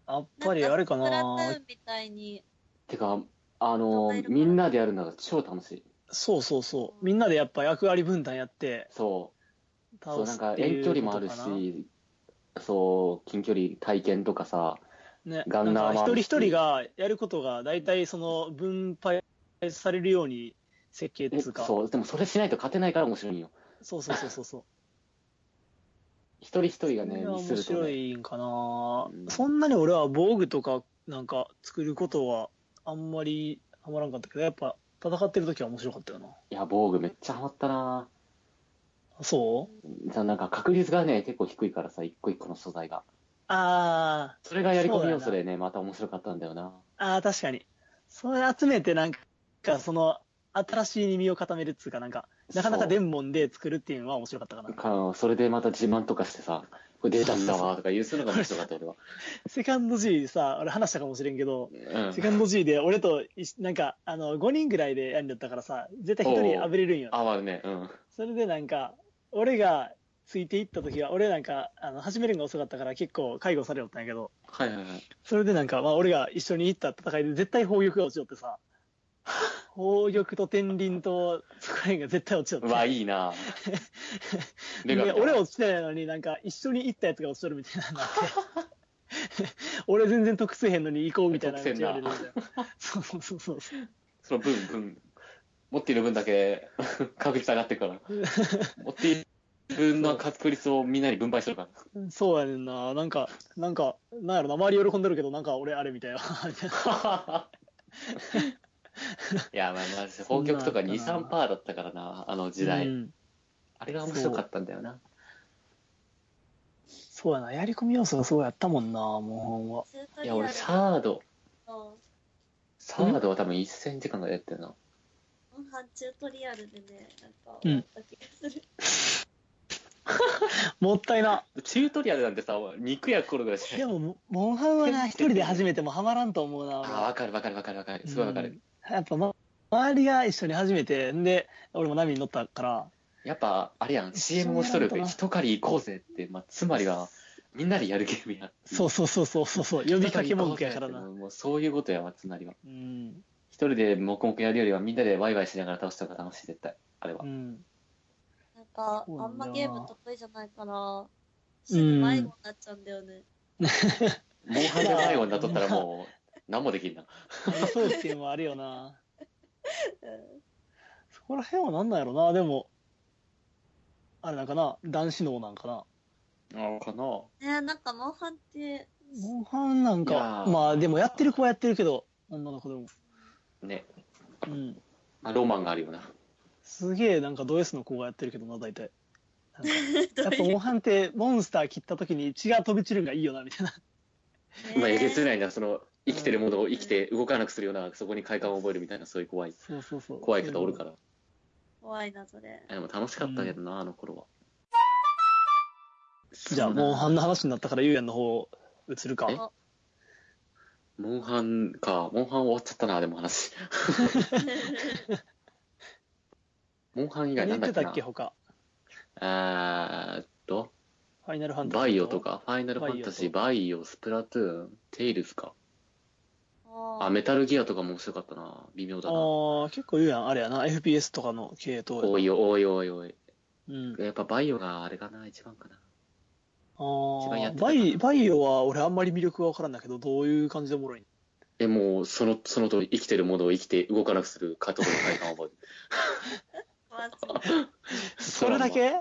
[SPEAKER 2] やっぱりあれか
[SPEAKER 3] んスプラトゥー
[SPEAKER 2] な。
[SPEAKER 3] ンみたいに、
[SPEAKER 1] てか、あのー、みんなでやるのが超楽しい。
[SPEAKER 2] そうそうそう。みんなでやっぱ役割分担やって、
[SPEAKER 1] そう。
[SPEAKER 2] 倒
[SPEAKER 1] そう、なん
[SPEAKER 2] す
[SPEAKER 1] か
[SPEAKER 2] ってい
[SPEAKER 1] 遠
[SPEAKER 2] う
[SPEAKER 1] 距離もある
[SPEAKER 2] ことかな。
[SPEAKER 1] し、そう、近距離体験とかさ、
[SPEAKER 2] ね、
[SPEAKER 1] ガ
[SPEAKER 2] な
[SPEAKER 1] ン
[SPEAKER 2] ん
[SPEAKER 1] ナーもあ
[SPEAKER 2] か
[SPEAKER 1] る
[SPEAKER 2] 一
[SPEAKER 1] し
[SPEAKER 2] 人一人がやることが大体その分配されるように設計って
[SPEAKER 1] え
[SPEAKER 2] いうか、
[SPEAKER 1] そう、でもそれしないと勝てないから面白いんよ。
[SPEAKER 2] そうそうそうそうそう。
[SPEAKER 1] 一人一人が
[SPEAKER 2] そ
[SPEAKER 1] ね、
[SPEAKER 2] れは
[SPEAKER 1] ミス
[SPEAKER 2] 面
[SPEAKER 1] ると
[SPEAKER 2] 白
[SPEAKER 1] ね。
[SPEAKER 2] いんかな、
[SPEAKER 1] うん
[SPEAKER 2] そんなに俺は防具とかなんか作ることはあんまりハマらんかったけどやっぱ戦ってる時は面白かったよない
[SPEAKER 1] や、防具めっちゃハマったな
[SPEAKER 2] あそう
[SPEAKER 1] さなんか確率がね、結構低いからさ、一個一個の素材が。
[SPEAKER 2] あー
[SPEAKER 1] それがやり込み要
[SPEAKER 2] そ
[SPEAKER 1] 素
[SPEAKER 2] うだ
[SPEAKER 1] でね、また面白かったんだよな。
[SPEAKER 2] あー確かにそれ集めてなんかその新しい耳を固めるっつうかなんかなかなか
[SPEAKER 1] そう
[SPEAKER 2] 伝聞で作るっていうのは面白かったか な
[SPEAKER 1] かそれでまた自慢とかしてさ、これ出たんだわとか言うするのが面白かった、俺は。
[SPEAKER 2] セカンド G さ俺話したかもしれんけど
[SPEAKER 1] うん
[SPEAKER 2] セカンド G で俺と一緒なんかあの5人ぐらいでやるんだったからさ絶対1人あぶれるんよ
[SPEAKER 1] あ、まあね、うん。
[SPEAKER 2] それでなんか、俺がついていった時は、俺なんか、あの、始めるのが遅かったから結構介護されよったんやけど、
[SPEAKER 1] はいはいはい。
[SPEAKER 2] それでなんか、まあ俺が一緒に行った戦いで絶対宝玉が落ちよってさ、 宝玉と天輪と、そこら辺が絶対落ちよっ
[SPEAKER 1] うわ、
[SPEAKER 2] て。
[SPEAKER 1] いいな
[SPEAKER 2] で
[SPEAKER 1] 女神
[SPEAKER 2] 俺落ちてないのになんか、一緒に行ったやつが落ちとるみたいなのがあ って。俺全然得せへんのに行こうみたいな感じ言われるみたいな。そうそうそうそう。
[SPEAKER 1] その分、分、持っている分だけ 確率上がってるから。持っている分の確率をみんなに分配するから。
[SPEAKER 2] そうやねんな。なんか、なんか、なんやろな、周り喜んでるけど、なんか俺あれみたいな。
[SPEAKER 1] いや、まあまあ、北極とか2、3%パーだったからな、あの時代。
[SPEAKER 2] うん
[SPEAKER 1] あれが面白かったんだよな。
[SPEAKER 2] そうやな、やり込み要素がすごいあったもんな、もうほんま。
[SPEAKER 3] ずっと
[SPEAKER 1] い
[SPEAKER 3] リ
[SPEAKER 1] や、
[SPEAKER 3] アル
[SPEAKER 1] 俺、サード、
[SPEAKER 3] の
[SPEAKER 1] サードは多分1000時間ぐらいやってるな。
[SPEAKER 3] うん半チュートリアルでね、なんか
[SPEAKER 2] うん
[SPEAKER 3] 終わった気がする。
[SPEAKER 2] もったいな。
[SPEAKER 1] チュートリアルなんてさ、肉焼く頃ぐらいしか
[SPEAKER 2] でも、モモンハンはな、 一人で始めてもハマらんと思うな、
[SPEAKER 1] あ
[SPEAKER 2] 俺
[SPEAKER 1] ー、わかるわかるわかるわかる。すごいわかる。
[SPEAKER 2] うんやっぱ、ま、周りが一緒に始めて、んで、俺も波に乗ったから、
[SPEAKER 1] やっぱ、あれやん、CM もしとるけど、一狩り行こうぜって、まあ、つまりは、みんなでやるゲームや。
[SPEAKER 2] そうそうそうそうそうそう、呼びかけ文句やから
[SPEAKER 1] も
[SPEAKER 2] な。
[SPEAKER 1] うもうそういうことやわ、つまりは。
[SPEAKER 2] うん。
[SPEAKER 1] 一人で黙々やるよりは、みんなでワイワイしながら倒した方が楽しい、絶対。あれは
[SPEAKER 2] う。ん。
[SPEAKER 3] なんか、
[SPEAKER 2] そうな
[SPEAKER 3] あ
[SPEAKER 2] ん
[SPEAKER 3] ん
[SPEAKER 2] だ
[SPEAKER 3] ま
[SPEAKER 2] よな
[SPEAKER 3] ゲーム得意じゃないから、すぐ迷子になっちゃうんだよね。
[SPEAKER 1] モンハンで迷子になっとったらも う、何もできんな。
[SPEAKER 2] 理想点はあるよな。
[SPEAKER 3] うん
[SPEAKER 2] そこら辺はなんなんやろな、でも、あれなんかな、男子脳なんかな。
[SPEAKER 1] あかな
[SPEAKER 3] ねえ、なんか、モンハンって、
[SPEAKER 2] モンハンな
[SPEAKER 1] い
[SPEAKER 2] ん
[SPEAKER 1] や
[SPEAKER 2] か、
[SPEAKER 1] ー
[SPEAKER 2] まあでもやってる子はやってるけど、女の子でも。
[SPEAKER 1] ね。
[SPEAKER 2] うん。
[SPEAKER 1] まあ、ロマンがあるよな。
[SPEAKER 2] すげえなんかド S の子がやってるけどな大体なんかやっ
[SPEAKER 3] どう
[SPEAKER 2] ぱ
[SPEAKER 3] いう
[SPEAKER 2] モンハンってモンスター切った時に血が飛び散るんがいいよなみたいな
[SPEAKER 1] まあ、えげつ
[SPEAKER 3] ね
[SPEAKER 1] ないな、その、生きてるものを生きて動かなくするような、そこに快感を覚えるみたいな、そういう怖い、
[SPEAKER 2] そうそうそう
[SPEAKER 1] 怖い方おるからら。
[SPEAKER 3] 怖いな、そ れ。
[SPEAKER 1] でも楽しかったけどな、あの頃は。
[SPEAKER 2] じゃあモンハンの話になったからゆうやんの方移るか
[SPEAKER 1] えモンハンか、モンハン終わっちゃったな、でも話。モンハン以外
[SPEAKER 2] 何
[SPEAKER 1] なんだってけ
[SPEAKER 2] 言った
[SPEAKER 1] な
[SPEAKER 2] っけ。他
[SPEAKER 1] えーっと、
[SPEAKER 2] ファイナルファンタジー
[SPEAKER 1] バイオとか、ファイナルファンタジー、
[SPEAKER 2] バ
[SPEAKER 1] バイオ、スプラトゥーン、テイルズか。あ、
[SPEAKER 3] あ
[SPEAKER 1] メタルギアとかも面白かったな。微妙
[SPEAKER 2] あ
[SPEAKER 1] だな。お
[SPEAKER 2] ー結構ゆうやんあれやな FPS とかの系統や
[SPEAKER 1] いお、おいおいおい。
[SPEAKER 2] うん、
[SPEAKER 1] やっぱバイオがあれかな、一番かな。
[SPEAKER 2] あ
[SPEAKER 1] 番やってた
[SPEAKER 2] ー
[SPEAKER 1] かな
[SPEAKER 2] バイバイオは俺あんまり魅力が分からんだけどどういう感じでおもろいの
[SPEAKER 1] え、もう、その、その通り、生きてるものを生きて動かなくする、加藤の快感を覚
[SPEAKER 3] あ、マジ
[SPEAKER 1] える。
[SPEAKER 2] それだ
[SPEAKER 1] い
[SPEAKER 2] け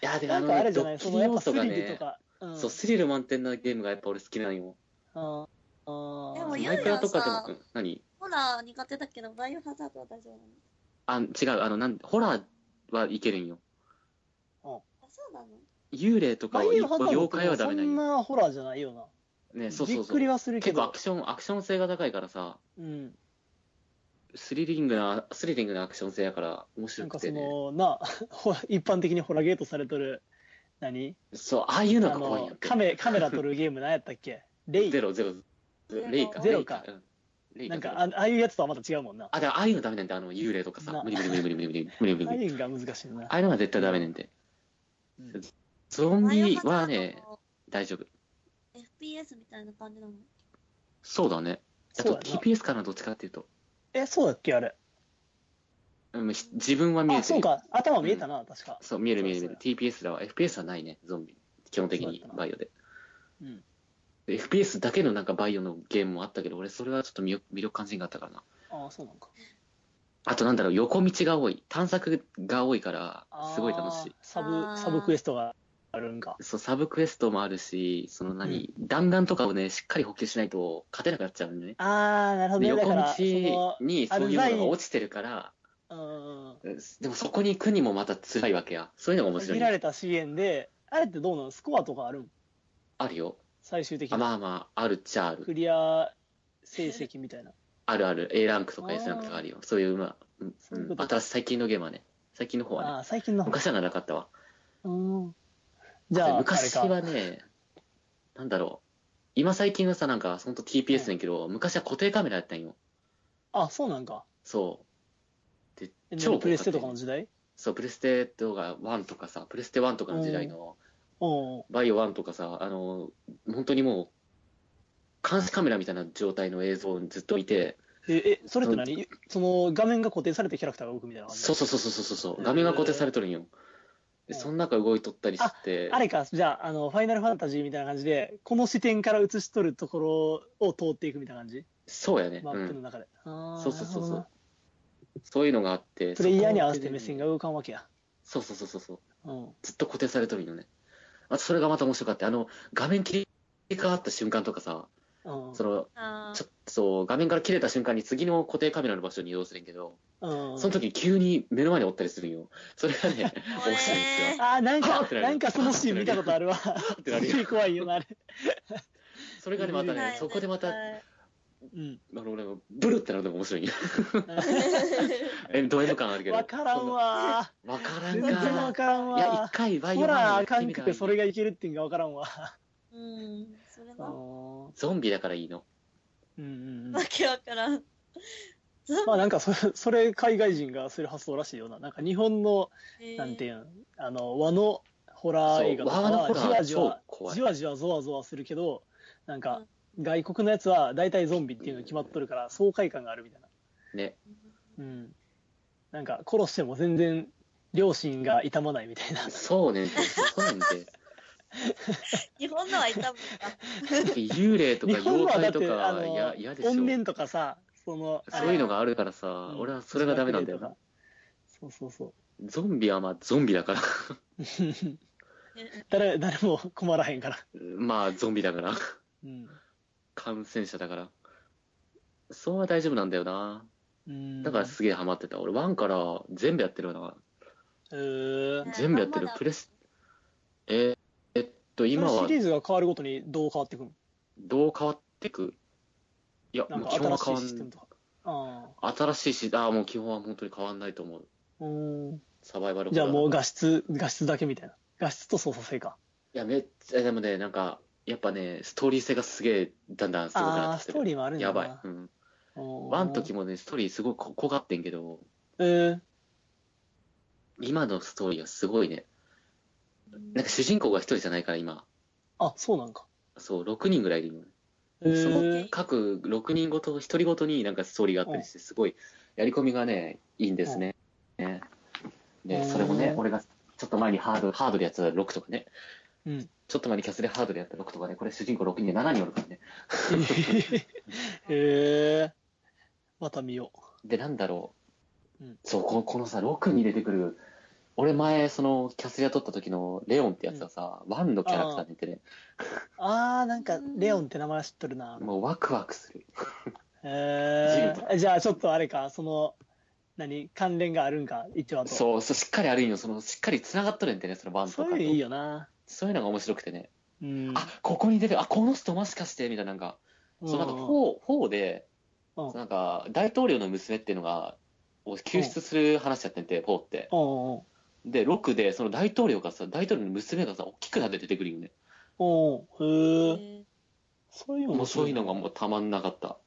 [SPEAKER 1] や、でも
[SPEAKER 2] な
[SPEAKER 1] あ
[SPEAKER 2] ん
[SPEAKER 1] の
[SPEAKER 2] かあ
[SPEAKER 1] ね、
[SPEAKER 2] れじ
[SPEAKER 1] ド
[SPEAKER 2] ゃな
[SPEAKER 1] ッ
[SPEAKER 2] い
[SPEAKER 1] キ
[SPEAKER 2] そ
[SPEAKER 1] リ
[SPEAKER 2] のやっ
[SPEAKER 1] 要
[SPEAKER 2] ぱ
[SPEAKER 1] 素
[SPEAKER 2] ス
[SPEAKER 1] が
[SPEAKER 2] リルと
[SPEAKER 1] ね、
[SPEAKER 2] か、うん、
[SPEAKER 1] そう、スリル満点なゲームがやっぱ俺好きなんよ。
[SPEAKER 2] あー
[SPEAKER 3] でもゆう
[SPEAKER 1] マ
[SPEAKER 3] やん
[SPEAKER 1] イクラとかで
[SPEAKER 3] さ
[SPEAKER 1] も、うん何
[SPEAKER 3] ホラー苦手だけど、バイオハザードは大丈夫なの
[SPEAKER 1] あ、違う、あの、なんホラーはいけるんよ。
[SPEAKER 3] あ、そうなの
[SPEAKER 1] 幽霊とか
[SPEAKER 2] バ
[SPEAKER 1] は、
[SPEAKER 2] イオハザード
[SPEAKER 1] 妖
[SPEAKER 2] って
[SPEAKER 1] 怪はダメなん
[SPEAKER 2] そん
[SPEAKER 1] よ。
[SPEAKER 2] なホラーじゃないよな。
[SPEAKER 1] ね、そうそう
[SPEAKER 2] びっ
[SPEAKER 1] そう
[SPEAKER 2] くり。はするけ
[SPEAKER 1] 結構ア
[SPEAKER 2] ど
[SPEAKER 1] ク。ション、アクション性が高いからさ、
[SPEAKER 2] うん。
[SPEAKER 1] スリリングな、スリリングなアクション性やから面
[SPEAKER 2] なん
[SPEAKER 1] 白
[SPEAKER 2] か
[SPEAKER 1] く
[SPEAKER 2] そ
[SPEAKER 1] てね。
[SPEAKER 2] の、な、 ほ一般的にホラーゲートされとる、何
[SPEAKER 1] そう、ああいう
[SPEAKER 2] あ
[SPEAKER 1] のが怖いん
[SPEAKER 2] の
[SPEAKER 1] やっ、て
[SPEAKER 2] カメ、カメラ撮るゲームなんやったっ けレイ
[SPEAKER 1] ゼ。ロ、ゼロ、レイか。
[SPEAKER 2] ゼロか
[SPEAKER 1] レイ。うんレイ
[SPEAKER 2] なんか、
[SPEAKER 1] ゼロ
[SPEAKER 2] あああいうやつとはまた違うもんな。あ
[SPEAKER 1] あ、だからああいうのダメなんだ、あの、幽霊とかさ
[SPEAKER 2] な。
[SPEAKER 1] 無理無理無理無理無理無理無理無理
[SPEAKER 2] あ
[SPEAKER 1] 無理。
[SPEAKER 2] いうのが難しいな
[SPEAKER 1] あ。あいうのが絶対ダメなんで
[SPEAKER 2] うん。
[SPEAKER 1] ゾン
[SPEAKER 3] バイオ
[SPEAKER 1] ビ
[SPEAKER 3] ハザ
[SPEAKER 1] は
[SPEAKER 3] ー
[SPEAKER 1] ね、
[SPEAKER 3] ドも
[SPEAKER 1] 大丈夫。
[SPEAKER 3] FPS みたいな感じなの
[SPEAKER 1] そうだね。あ
[SPEAKER 2] そう
[SPEAKER 1] と
[SPEAKER 2] やな。
[SPEAKER 1] TPS かな、どっちかっていうと。
[SPEAKER 2] え、そうだっけあれ。
[SPEAKER 1] うんひ自分は見えて
[SPEAKER 2] あ、
[SPEAKER 1] る。
[SPEAKER 2] そうか。頭見えたな、確か。
[SPEAKER 1] そう、見える見える見え
[SPEAKER 2] そう
[SPEAKER 1] る。TPS だわ。FPS はないね、ゾンビ。基本的
[SPEAKER 2] そうだ
[SPEAKER 1] に
[SPEAKER 2] ったな
[SPEAKER 1] バイオで。
[SPEAKER 2] うん。
[SPEAKER 1] で FPS だけのなんかバイオのゲームもあったけど、俺それはちょっと魅力魅力感じなかったからな。
[SPEAKER 2] ああ、そうなんか。
[SPEAKER 1] あとなんだろう、横道が多い。探索が多いから
[SPEAKER 2] あー、
[SPEAKER 1] すごい楽しい。。
[SPEAKER 2] サ
[SPEAKER 3] あー
[SPEAKER 2] ブ、サブクエストがあるんか。
[SPEAKER 1] そう、サブクエストもあるし、その何、弾丸とかをね、しっかり補給しないと勝てなくなっちゃうんだよね。
[SPEAKER 2] ああ、なるほど
[SPEAKER 1] で
[SPEAKER 2] ね。だ
[SPEAKER 1] 横
[SPEAKER 2] から、そ
[SPEAKER 1] 道
[SPEAKER 2] の、
[SPEAKER 1] にそういうものが落ちてるから、
[SPEAKER 2] うん。
[SPEAKER 1] でもそこに行くにもまた辛いわけや。そういうのが面白
[SPEAKER 2] 限
[SPEAKER 1] い
[SPEAKER 2] ら
[SPEAKER 1] ね。
[SPEAKER 2] れた資源で、あれってどうなのスコアとかあるん
[SPEAKER 1] あるよ。
[SPEAKER 2] 最終的
[SPEAKER 1] あ
[SPEAKER 2] に。
[SPEAKER 1] まあまあ、あるっちゃある。
[SPEAKER 2] クリア成績みたいな。
[SPEAKER 1] あるある、A ランクとか
[SPEAKER 2] あー
[SPEAKER 1] S ランクとかあるよ。そういう、まあ、うん
[SPEAKER 2] そういうこ
[SPEAKER 1] うん
[SPEAKER 2] と
[SPEAKER 1] 新しい最近のゲームはね、最近の方は
[SPEAKER 2] あ
[SPEAKER 1] ね、
[SPEAKER 2] あ、最近の方。
[SPEAKER 1] 昔はなかったわ。
[SPEAKER 2] うん。じゃあ、
[SPEAKER 1] 昔
[SPEAKER 2] あれか
[SPEAKER 1] はね、なんだろう、今最近はさ、なんか、ほんと TPS だけど、昔は固定カメラやったんよ。
[SPEAKER 2] あ、そうなんか。
[SPEAKER 1] そう。で
[SPEAKER 2] え、
[SPEAKER 1] 超
[SPEAKER 2] プレステと
[SPEAKER 1] 豪華だっ
[SPEAKER 2] かの
[SPEAKER 1] たよね
[SPEAKER 2] 時代
[SPEAKER 1] そう、プレステとか1とかさ、プレステ1とかの時代の、
[SPEAKER 2] おうん。
[SPEAKER 1] バイオ1とかさ、あの、本当にもう、監視カメラみたいな状態の映像をずっと見て、
[SPEAKER 2] え、え、それって何その画面が固定されてキャラクターが動くみたいな感じ
[SPEAKER 1] そうそうそうそうそうそう、
[SPEAKER 2] へー
[SPEAKER 1] 画面が固定されとるんよ。で、
[SPEAKER 2] うん
[SPEAKER 1] その中動いとったりして
[SPEAKER 2] あ、れか、じゃあ、あの、ファイナルファンタジーみたいな感じで、この視点から映しとるところを通っていくみたいな感じ
[SPEAKER 1] そうやね。
[SPEAKER 2] マ
[SPEAKER 1] う
[SPEAKER 2] ップの
[SPEAKER 1] ん。
[SPEAKER 2] 中で。あー
[SPEAKER 1] そうそうそう
[SPEAKER 2] な
[SPEAKER 1] そ
[SPEAKER 2] るほど
[SPEAKER 1] う
[SPEAKER 2] な。
[SPEAKER 1] そういうのがあって、
[SPEAKER 2] プレイヤーに合わせて目線
[SPEAKER 1] が。
[SPEAKER 2] が動かんわけや。
[SPEAKER 1] そうそうそうそうそう。
[SPEAKER 2] うん。
[SPEAKER 1] ずっと固定されとるんよね。あと、それがまた面白かった。あの、画面切り替わった瞬間とかさ、
[SPEAKER 2] うん。
[SPEAKER 1] その、
[SPEAKER 3] あ
[SPEAKER 1] ちょっとそう、画面から切れた瞬間に次の固定カメラの場所に移動するんやけど、
[SPEAKER 2] うん
[SPEAKER 1] その時急に目の前におったりするんよ。それが ね、
[SPEAKER 3] ー
[SPEAKER 1] 面白いんですよ。
[SPEAKER 2] あー、なん
[SPEAKER 1] はー
[SPEAKER 2] か
[SPEAKER 1] っ、てなる
[SPEAKER 2] なんかそのシーン見たことあるわ。
[SPEAKER 1] てなるよ
[SPEAKER 2] すげえ 怖いよな、あれ。
[SPEAKER 1] それがね、また
[SPEAKER 2] うん
[SPEAKER 1] ね、そこでまた、あ
[SPEAKER 2] うん。
[SPEAKER 1] の、俺もブルってなるのが面白いんよ。 え、ド M 感あるけど。
[SPEAKER 2] わからんわ
[SPEAKER 1] そんな。わからん
[SPEAKER 2] 全然
[SPEAKER 1] か。
[SPEAKER 2] わからん
[SPEAKER 1] いや、
[SPEAKER 2] わ
[SPEAKER 1] 一回バイオ
[SPEAKER 2] ほら、あ
[SPEAKER 1] マ
[SPEAKER 2] か
[SPEAKER 1] ン
[SPEAKER 2] ん
[SPEAKER 1] に
[SPEAKER 2] く
[SPEAKER 1] 行ってみたらい
[SPEAKER 2] て
[SPEAKER 1] い
[SPEAKER 2] それがいけるってんがわからんわ。
[SPEAKER 3] うん、それ
[SPEAKER 2] う
[SPEAKER 3] な。
[SPEAKER 2] んうん
[SPEAKER 1] ゾンビだからいいの。
[SPEAKER 2] うんうん
[SPEAKER 3] わけわからん。ゾ
[SPEAKER 2] まあなんかそれ、それ海外人がする発想らしいよな。なんか日本の、
[SPEAKER 3] ンビ
[SPEAKER 2] なんていうん、あの、和のホラー映画とか
[SPEAKER 1] そう和のホ
[SPEAKER 2] は、
[SPEAKER 1] ラ
[SPEAKER 2] じ
[SPEAKER 1] ー
[SPEAKER 2] わじわ
[SPEAKER 1] 超、怖い
[SPEAKER 2] じわじわゾワゾワするけど、なんか、外国のやつは大体ゾンビっていうの決まっとるから、爽快感があるみたいな。
[SPEAKER 1] ね。
[SPEAKER 2] うん。なんか、殺しても全然、両親が痛まないみたいな。
[SPEAKER 1] そうね。そうなんで。
[SPEAKER 3] 日本のはいたもん
[SPEAKER 1] 幽霊とか
[SPEAKER 2] 日本の
[SPEAKER 1] 妖怪
[SPEAKER 2] はだっ
[SPEAKER 1] と
[SPEAKER 2] て、あ
[SPEAKER 1] か、いや、
[SPEAKER 2] の
[SPEAKER 1] 嫌、でしょ。
[SPEAKER 2] 怨念とかさ、その、あれ
[SPEAKER 1] そういうのがあるからさ
[SPEAKER 2] う、ん
[SPEAKER 1] 俺はそれがダメなんだよ
[SPEAKER 2] 自
[SPEAKER 1] な
[SPEAKER 2] 爆。霊とかそうそう
[SPEAKER 1] ゾンビはまあ、ゾンビだから。
[SPEAKER 2] そう。
[SPEAKER 3] ね。
[SPEAKER 2] 誰、誰も困らへんから。
[SPEAKER 1] まあ、ゾンビだから。
[SPEAKER 2] うん。
[SPEAKER 1] 感染者だから。そうは大丈夫なんだよな。
[SPEAKER 2] うん
[SPEAKER 1] だからすげえハマってた。俺、ワンから全部やってるよな。
[SPEAKER 2] えー
[SPEAKER 3] ね
[SPEAKER 1] 全部やってる
[SPEAKER 3] まだ。
[SPEAKER 1] プレス、えーえっと、今
[SPEAKER 2] それ
[SPEAKER 1] は
[SPEAKER 2] シリーズが変わるごとにどう変わっていくの
[SPEAKER 1] どう変わってくいや、
[SPEAKER 2] なん
[SPEAKER 1] もう
[SPEAKER 2] か
[SPEAKER 1] 基本は変
[SPEAKER 2] 新
[SPEAKER 1] わ
[SPEAKER 2] しいシステム
[SPEAKER 1] ん
[SPEAKER 2] とか。あ
[SPEAKER 1] 新しいし、ああ、もう基本は本当に変わんないと思う。
[SPEAKER 2] あ。うん。
[SPEAKER 1] サバイバルホ
[SPEAKER 2] じ
[SPEAKER 1] ラ
[SPEAKER 2] ゃあ
[SPEAKER 1] ー
[SPEAKER 2] もう
[SPEAKER 1] い
[SPEAKER 2] 画質、画質だけみたいな。画質と操作性か。
[SPEAKER 1] や、めっちゃ、でもね、なんか、やっぱね、ストーリー性がすげえ、だんだんすごく
[SPEAKER 2] あ
[SPEAKER 1] な
[SPEAKER 2] あ、
[SPEAKER 1] ってき
[SPEAKER 2] ス
[SPEAKER 1] て
[SPEAKER 2] トー
[SPEAKER 1] る。
[SPEAKER 2] リーもあるんだ
[SPEAKER 1] や
[SPEAKER 2] な
[SPEAKER 1] ばい。うん。
[SPEAKER 2] うん
[SPEAKER 1] ワン時もね、ストーリーすごいこ濃かってんけど、
[SPEAKER 2] えー
[SPEAKER 1] 今のストーリーはすごいね。なんか主人公が一人じゃないから、今。
[SPEAKER 2] あ、そうなんか。
[SPEAKER 1] そう、6人ぐらいいるのね。
[SPEAKER 2] え
[SPEAKER 1] その
[SPEAKER 2] ー
[SPEAKER 1] 各6人ごと、1人ごとになんかストーリーがあったりして、すごいやり込みがね、いいんですね。ね
[SPEAKER 2] う
[SPEAKER 1] で、
[SPEAKER 2] ん
[SPEAKER 1] それもね、俺がちょっと前にハードハードでやってた6とかね、
[SPEAKER 2] うん。
[SPEAKER 1] ちょっと前にキャスでハードでやった6とかね、これ主人公6人で7人おるからね。
[SPEAKER 2] えーまた見よ
[SPEAKER 1] で、なんだろう、
[SPEAKER 2] うん
[SPEAKER 1] そうこの、このさ、6に出てくる、俺前、そのキャスでやっとった時のレオンってやつがさ、ワンのキャラクターでいてね、
[SPEAKER 2] う。ああ、なんか、レオンって名前知っとるな。
[SPEAKER 1] もうワクワクする。
[SPEAKER 2] え
[SPEAKER 1] ジ
[SPEAKER 2] ー、じゃあちょっとあれか、その、何、関連があるんか、一応あと。う。
[SPEAKER 1] そう、そうしっかりあるんよ、その、しっかり繋がっとるんでね、そのバンとか
[SPEAKER 2] そう
[SPEAKER 1] と
[SPEAKER 2] いうのいいよな。
[SPEAKER 1] そういうのが面白くてね。
[SPEAKER 2] うん。
[SPEAKER 1] あここに出てる、あこの人もしかしてみたいな、なんか、そうなんか、ほうほうで、
[SPEAKER 2] うん
[SPEAKER 1] なんか、大統領の娘っていうのが、を救出する話やってんて、ほうって。
[SPEAKER 2] うんうん。
[SPEAKER 1] で、6で、その大統領がさ、大統領の娘がさ、大きくなって出てくるよね。
[SPEAKER 2] おーへえ。
[SPEAKER 3] え
[SPEAKER 2] そういうの
[SPEAKER 1] も
[SPEAKER 2] 面
[SPEAKER 1] うそう
[SPEAKER 2] 白
[SPEAKER 1] いうのが
[SPEAKER 2] な
[SPEAKER 1] もうたまんなかった。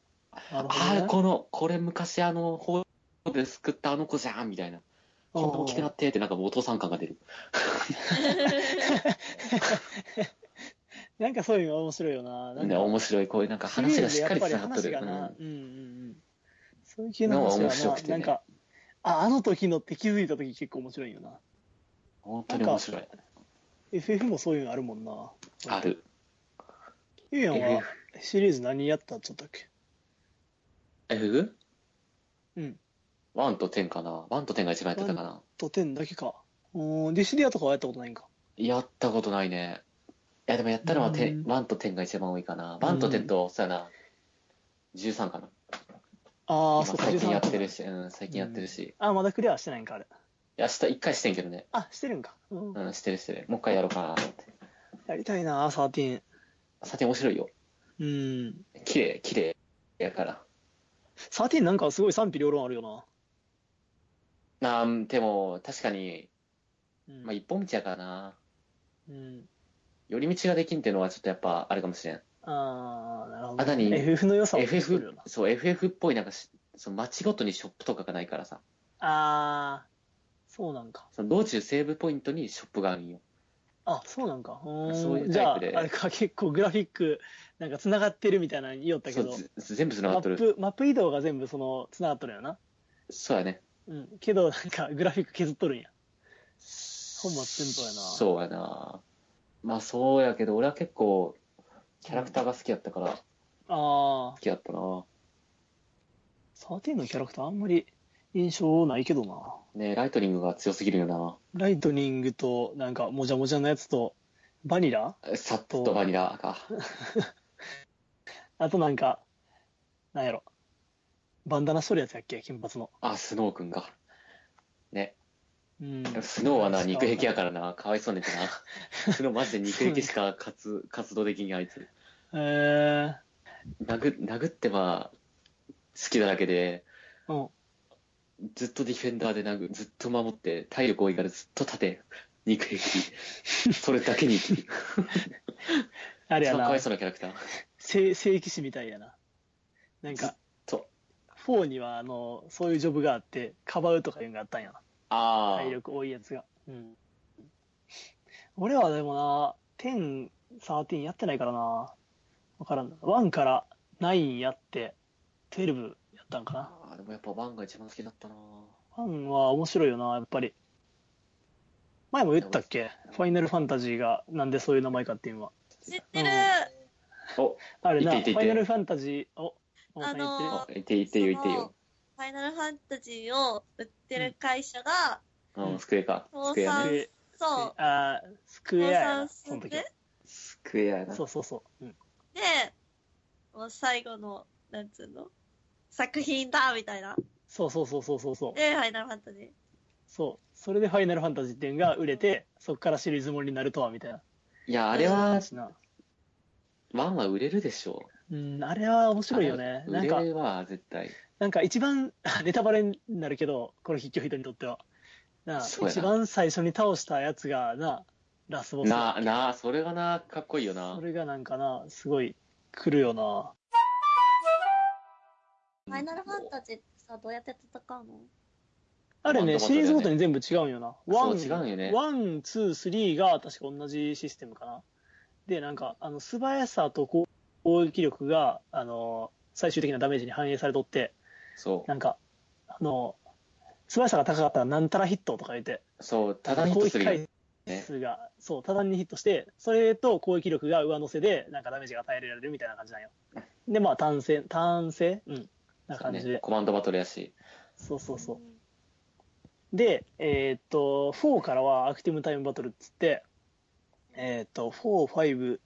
[SPEAKER 2] な
[SPEAKER 1] あ
[SPEAKER 2] るほど、
[SPEAKER 1] あ、
[SPEAKER 2] ね。
[SPEAKER 1] この、これ昔あの、ほうで救ったあの子じゃんみたいな。こんな大きくなってって、なんかもうお父さん感が出る。
[SPEAKER 2] なんかそういうの面白いよな。なん
[SPEAKER 1] ね、
[SPEAKER 2] か
[SPEAKER 1] 面白い。こういうなんか話がしっかり
[SPEAKER 2] シリーズ
[SPEAKER 1] 繋が
[SPEAKER 2] で
[SPEAKER 1] っ
[SPEAKER 2] や
[SPEAKER 1] と
[SPEAKER 2] っぱ
[SPEAKER 1] る。
[SPEAKER 2] り話がな、うんうんうん。そういう系の
[SPEAKER 1] のが
[SPEAKER 2] 話
[SPEAKER 1] 面
[SPEAKER 2] が
[SPEAKER 1] 白
[SPEAKER 2] な、
[SPEAKER 1] くてね
[SPEAKER 2] なんか、あ、あの時のって気づいた時結構面白いよな。
[SPEAKER 1] 本当に面白い。
[SPEAKER 2] FF もそういうのあるもんな。
[SPEAKER 1] ある。
[SPEAKER 2] ゆうやんは
[SPEAKER 1] FF
[SPEAKER 2] シリーズ何やったっちゃったっけ
[SPEAKER 1] F?
[SPEAKER 2] うん。
[SPEAKER 1] 1と10かな ?1 と10が一番やってたかな
[SPEAKER 2] と10だけか。うーん、ディシディアとかはやったことないんか。
[SPEAKER 1] やったことないね。いや、でもやったのは
[SPEAKER 2] う
[SPEAKER 1] 10
[SPEAKER 2] ん
[SPEAKER 1] 1と10が一番多いかな。1と10と、そうやな、13かな。
[SPEAKER 2] あ
[SPEAKER 1] 今
[SPEAKER 2] あ、そうか、
[SPEAKER 1] 最近やってる
[SPEAKER 2] 13
[SPEAKER 1] し、うん、最近やってるし。
[SPEAKER 2] あー、まだクリアしてないんか、あれ。
[SPEAKER 1] いや、下一回してんけどね。
[SPEAKER 2] あ、してるんか。うん。
[SPEAKER 1] うん、してるしてる。もう一回やろうかなと思って。
[SPEAKER 2] やりたいな、13。
[SPEAKER 1] さて面白いよ。
[SPEAKER 2] うん。
[SPEAKER 1] 綺麗、綺麗やから。
[SPEAKER 2] 13なんかすごい賛否両論あるよな。
[SPEAKER 1] なん、でも、確かに、
[SPEAKER 2] うん
[SPEAKER 1] まあ、一本道やからな。
[SPEAKER 2] うん。
[SPEAKER 1] 寄り道ができんっていうのはちょっとやっぱあれかもしれん。
[SPEAKER 2] ああ、なるほ
[SPEAKER 1] あ
[SPEAKER 2] ど。
[SPEAKER 1] 何
[SPEAKER 2] FF の良さを感じ取るよ
[SPEAKER 1] FF
[SPEAKER 2] な、。
[SPEAKER 1] そう、FF っぽいなんかし、その街ごとにショップとかがないからさ、
[SPEAKER 2] ああ、そうなんか。
[SPEAKER 1] その道中セーブポイントにショップがあるんよ。
[SPEAKER 2] あ、そうなんか。うーん
[SPEAKER 1] そういう
[SPEAKER 2] じ
[SPEAKER 1] タ
[SPEAKER 2] ゃ
[SPEAKER 1] イ
[SPEAKER 2] あ、
[SPEAKER 1] プ
[SPEAKER 2] あ
[SPEAKER 1] で
[SPEAKER 2] れか、結構グラフィック、なんか繋がってるみたいなの言おったけ
[SPEAKER 1] そ
[SPEAKER 2] ど
[SPEAKER 1] う、、ず全部繋
[SPEAKER 2] マ
[SPEAKER 1] がっと
[SPEAKER 2] ッ
[SPEAKER 1] る。
[SPEAKER 2] プ、マップ移動が全部その、繋がっとるよな。
[SPEAKER 1] そうやね。
[SPEAKER 2] うん。けど、なんか、グラフィック削っとるんや。
[SPEAKER 1] 本
[SPEAKER 2] 末転倒やな
[SPEAKER 1] そうやな。まあそうやけど、俺は結構、キャラクターが好きやったから、好
[SPEAKER 2] ああ、
[SPEAKER 1] きやったな。
[SPEAKER 2] 13のキャラクターあんまり印象ないけどな。
[SPEAKER 1] ねライトニングが強すぎるよな。
[SPEAKER 2] ライトニングと、なんか、もじゃもじゃのやつと、バニラ
[SPEAKER 1] サッとバニラか。
[SPEAKER 2] あとなんか、なんやろ。バンダナしとるやつやっけ金髪の。
[SPEAKER 1] あ、スノーくんが。ね。
[SPEAKER 2] うん。
[SPEAKER 1] スノーはな、肉壁や
[SPEAKER 2] ら。
[SPEAKER 1] からな。かわいそうねってな。スノーマジで肉壁しか活活動できんあいつ。
[SPEAKER 2] え
[SPEAKER 1] 殴殴っては、好きだらけで、
[SPEAKER 2] ー、うん。
[SPEAKER 1] ずっとディフェンダーで殴る、ずっと守って、体力多いからずっと立て、肉 壁。それだけに生きる。
[SPEAKER 2] あれ
[SPEAKER 1] 一
[SPEAKER 2] や
[SPEAKER 1] 番か
[SPEAKER 2] な
[SPEAKER 1] わい。そうなキャラクター。
[SPEAKER 2] 正正規士みたいやな。なんか、
[SPEAKER 1] と。
[SPEAKER 2] 4には、あの、そういうジョブがあって、かばうとかいうのがあったんやな。
[SPEAKER 1] あ
[SPEAKER 2] 体力多いやつが。うん。俺はでもな、10、13やってないからな。わからんな。1から9やって、12やったんかな。
[SPEAKER 1] あ。でもやっぱワンが一番好きだったな。
[SPEAKER 2] 1は面白いよな、やっぱり。前も言ったっけファイナルファンタジーがなんでそういう名前かっていうのは。
[SPEAKER 3] 知ってる、
[SPEAKER 1] お、
[SPEAKER 2] あれな、フ
[SPEAKER 1] いていていて
[SPEAKER 2] ァイナルファンタジー、お、おさん言ってる
[SPEAKER 3] あの
[SPEAKER 1] あいていてよ、いてよ。
[SPEAKER 3] ファイナルファンタジーを売ってる会社が、
[SPEAKER 1] う
[SPEAKER 2] うん
[SPEAKER 1] ん、スクエアか。スクエアね。
[SPEAKER 3] あの
[SPEAKER 2] で
[SPEAKER 3] そう、
[SPEAKER 2] あースクエアやな、その時は。
[SPEAKER 1] スクエアやな。
[SPEAKER 2] そうそうそう。うん、
[SPEAKER 3] で、もう最後の、なんつうの作品だみたいな。
[SPEAKER 2] そうそうそうそうそうそう。
[SPEAKER 3] で、ファイナルファンタジー。
[SPEAKER 2] そう。それでファイナルファンタジーっていうのが売れて、そこからシリーズものになるとは、みたいな。
[SPEAKER 1] いや、あれは、
[SPEAKER 2] な。
[SPEAKER 1] ワンは売れるでしょ
[SPEAKER 2] うん、あれは面
[SPEAKER 1] う。
[SPEAKER 2] 白いよね。
[SPEAKER 1] あ
[SPEAKER 2] なん
[SPEAKER 1] れは
[SPEAKER 2] か
[SPEAKER 1] 売れ、るわ、絶対。
[SPEAKER 2] なんか一番、 ネタバレになるけど、この筆記人にとっては。なあ
[SPEAKER 1] そうやな
[SPEAKER 2] 一番最初に倒したやつが、なあ、ラスボス。
[SPEAKER 1] なあ、なあ、それがな、かっこいいよな
[SPEAKER 2] そ。れがなんかな、すごい、来るよな。
[SPEAKER 3] ファイナルファンタジーってさ、どうやって戦うの
[SPEAKER 2] あれ
[SPEAKER 1] ワン
[SPEAKER 2] ね、
[SPEAKER 1] とバト
[SPEAKER 2] シ
[SPEAKER 1] ルやね
[SPEAKER 2] リーズごとに全部違うんよな。
[SPEAKER 1] そう
[SPEAKER 2] ワン
[SPEAKER 1] 違うんよね
[SPEAKER 2] ワン、ツー、スリーが確か同じシステムかな。で、なんか、あの、素早さと攻撃力が、あの、最終的なダメージに反映されとって、
[SPEAKER 1] そ
[SPEAKER 2] なんか、あの、素早さが高かったらなんたらヒットとか言って、
[SPEAKER 1] う。そう、ただヒットするよね。
[SPEAKER 2] 回数が、そう、多段にヒットして、それと攻撃力が上乗せで、なんかダメージが与えられるみたいな感じなんよ。で、まあ、単性、単性うん。な感じで。
[SPEAKER 1] ねコマンドバトルやし。
[SPEAKER 2] そうそうそう。
[SPEAKER 3] ん
[SPEAKER 2] で、えーっと、4からはアクティブタイムバトルっつって、えーっと、4、5、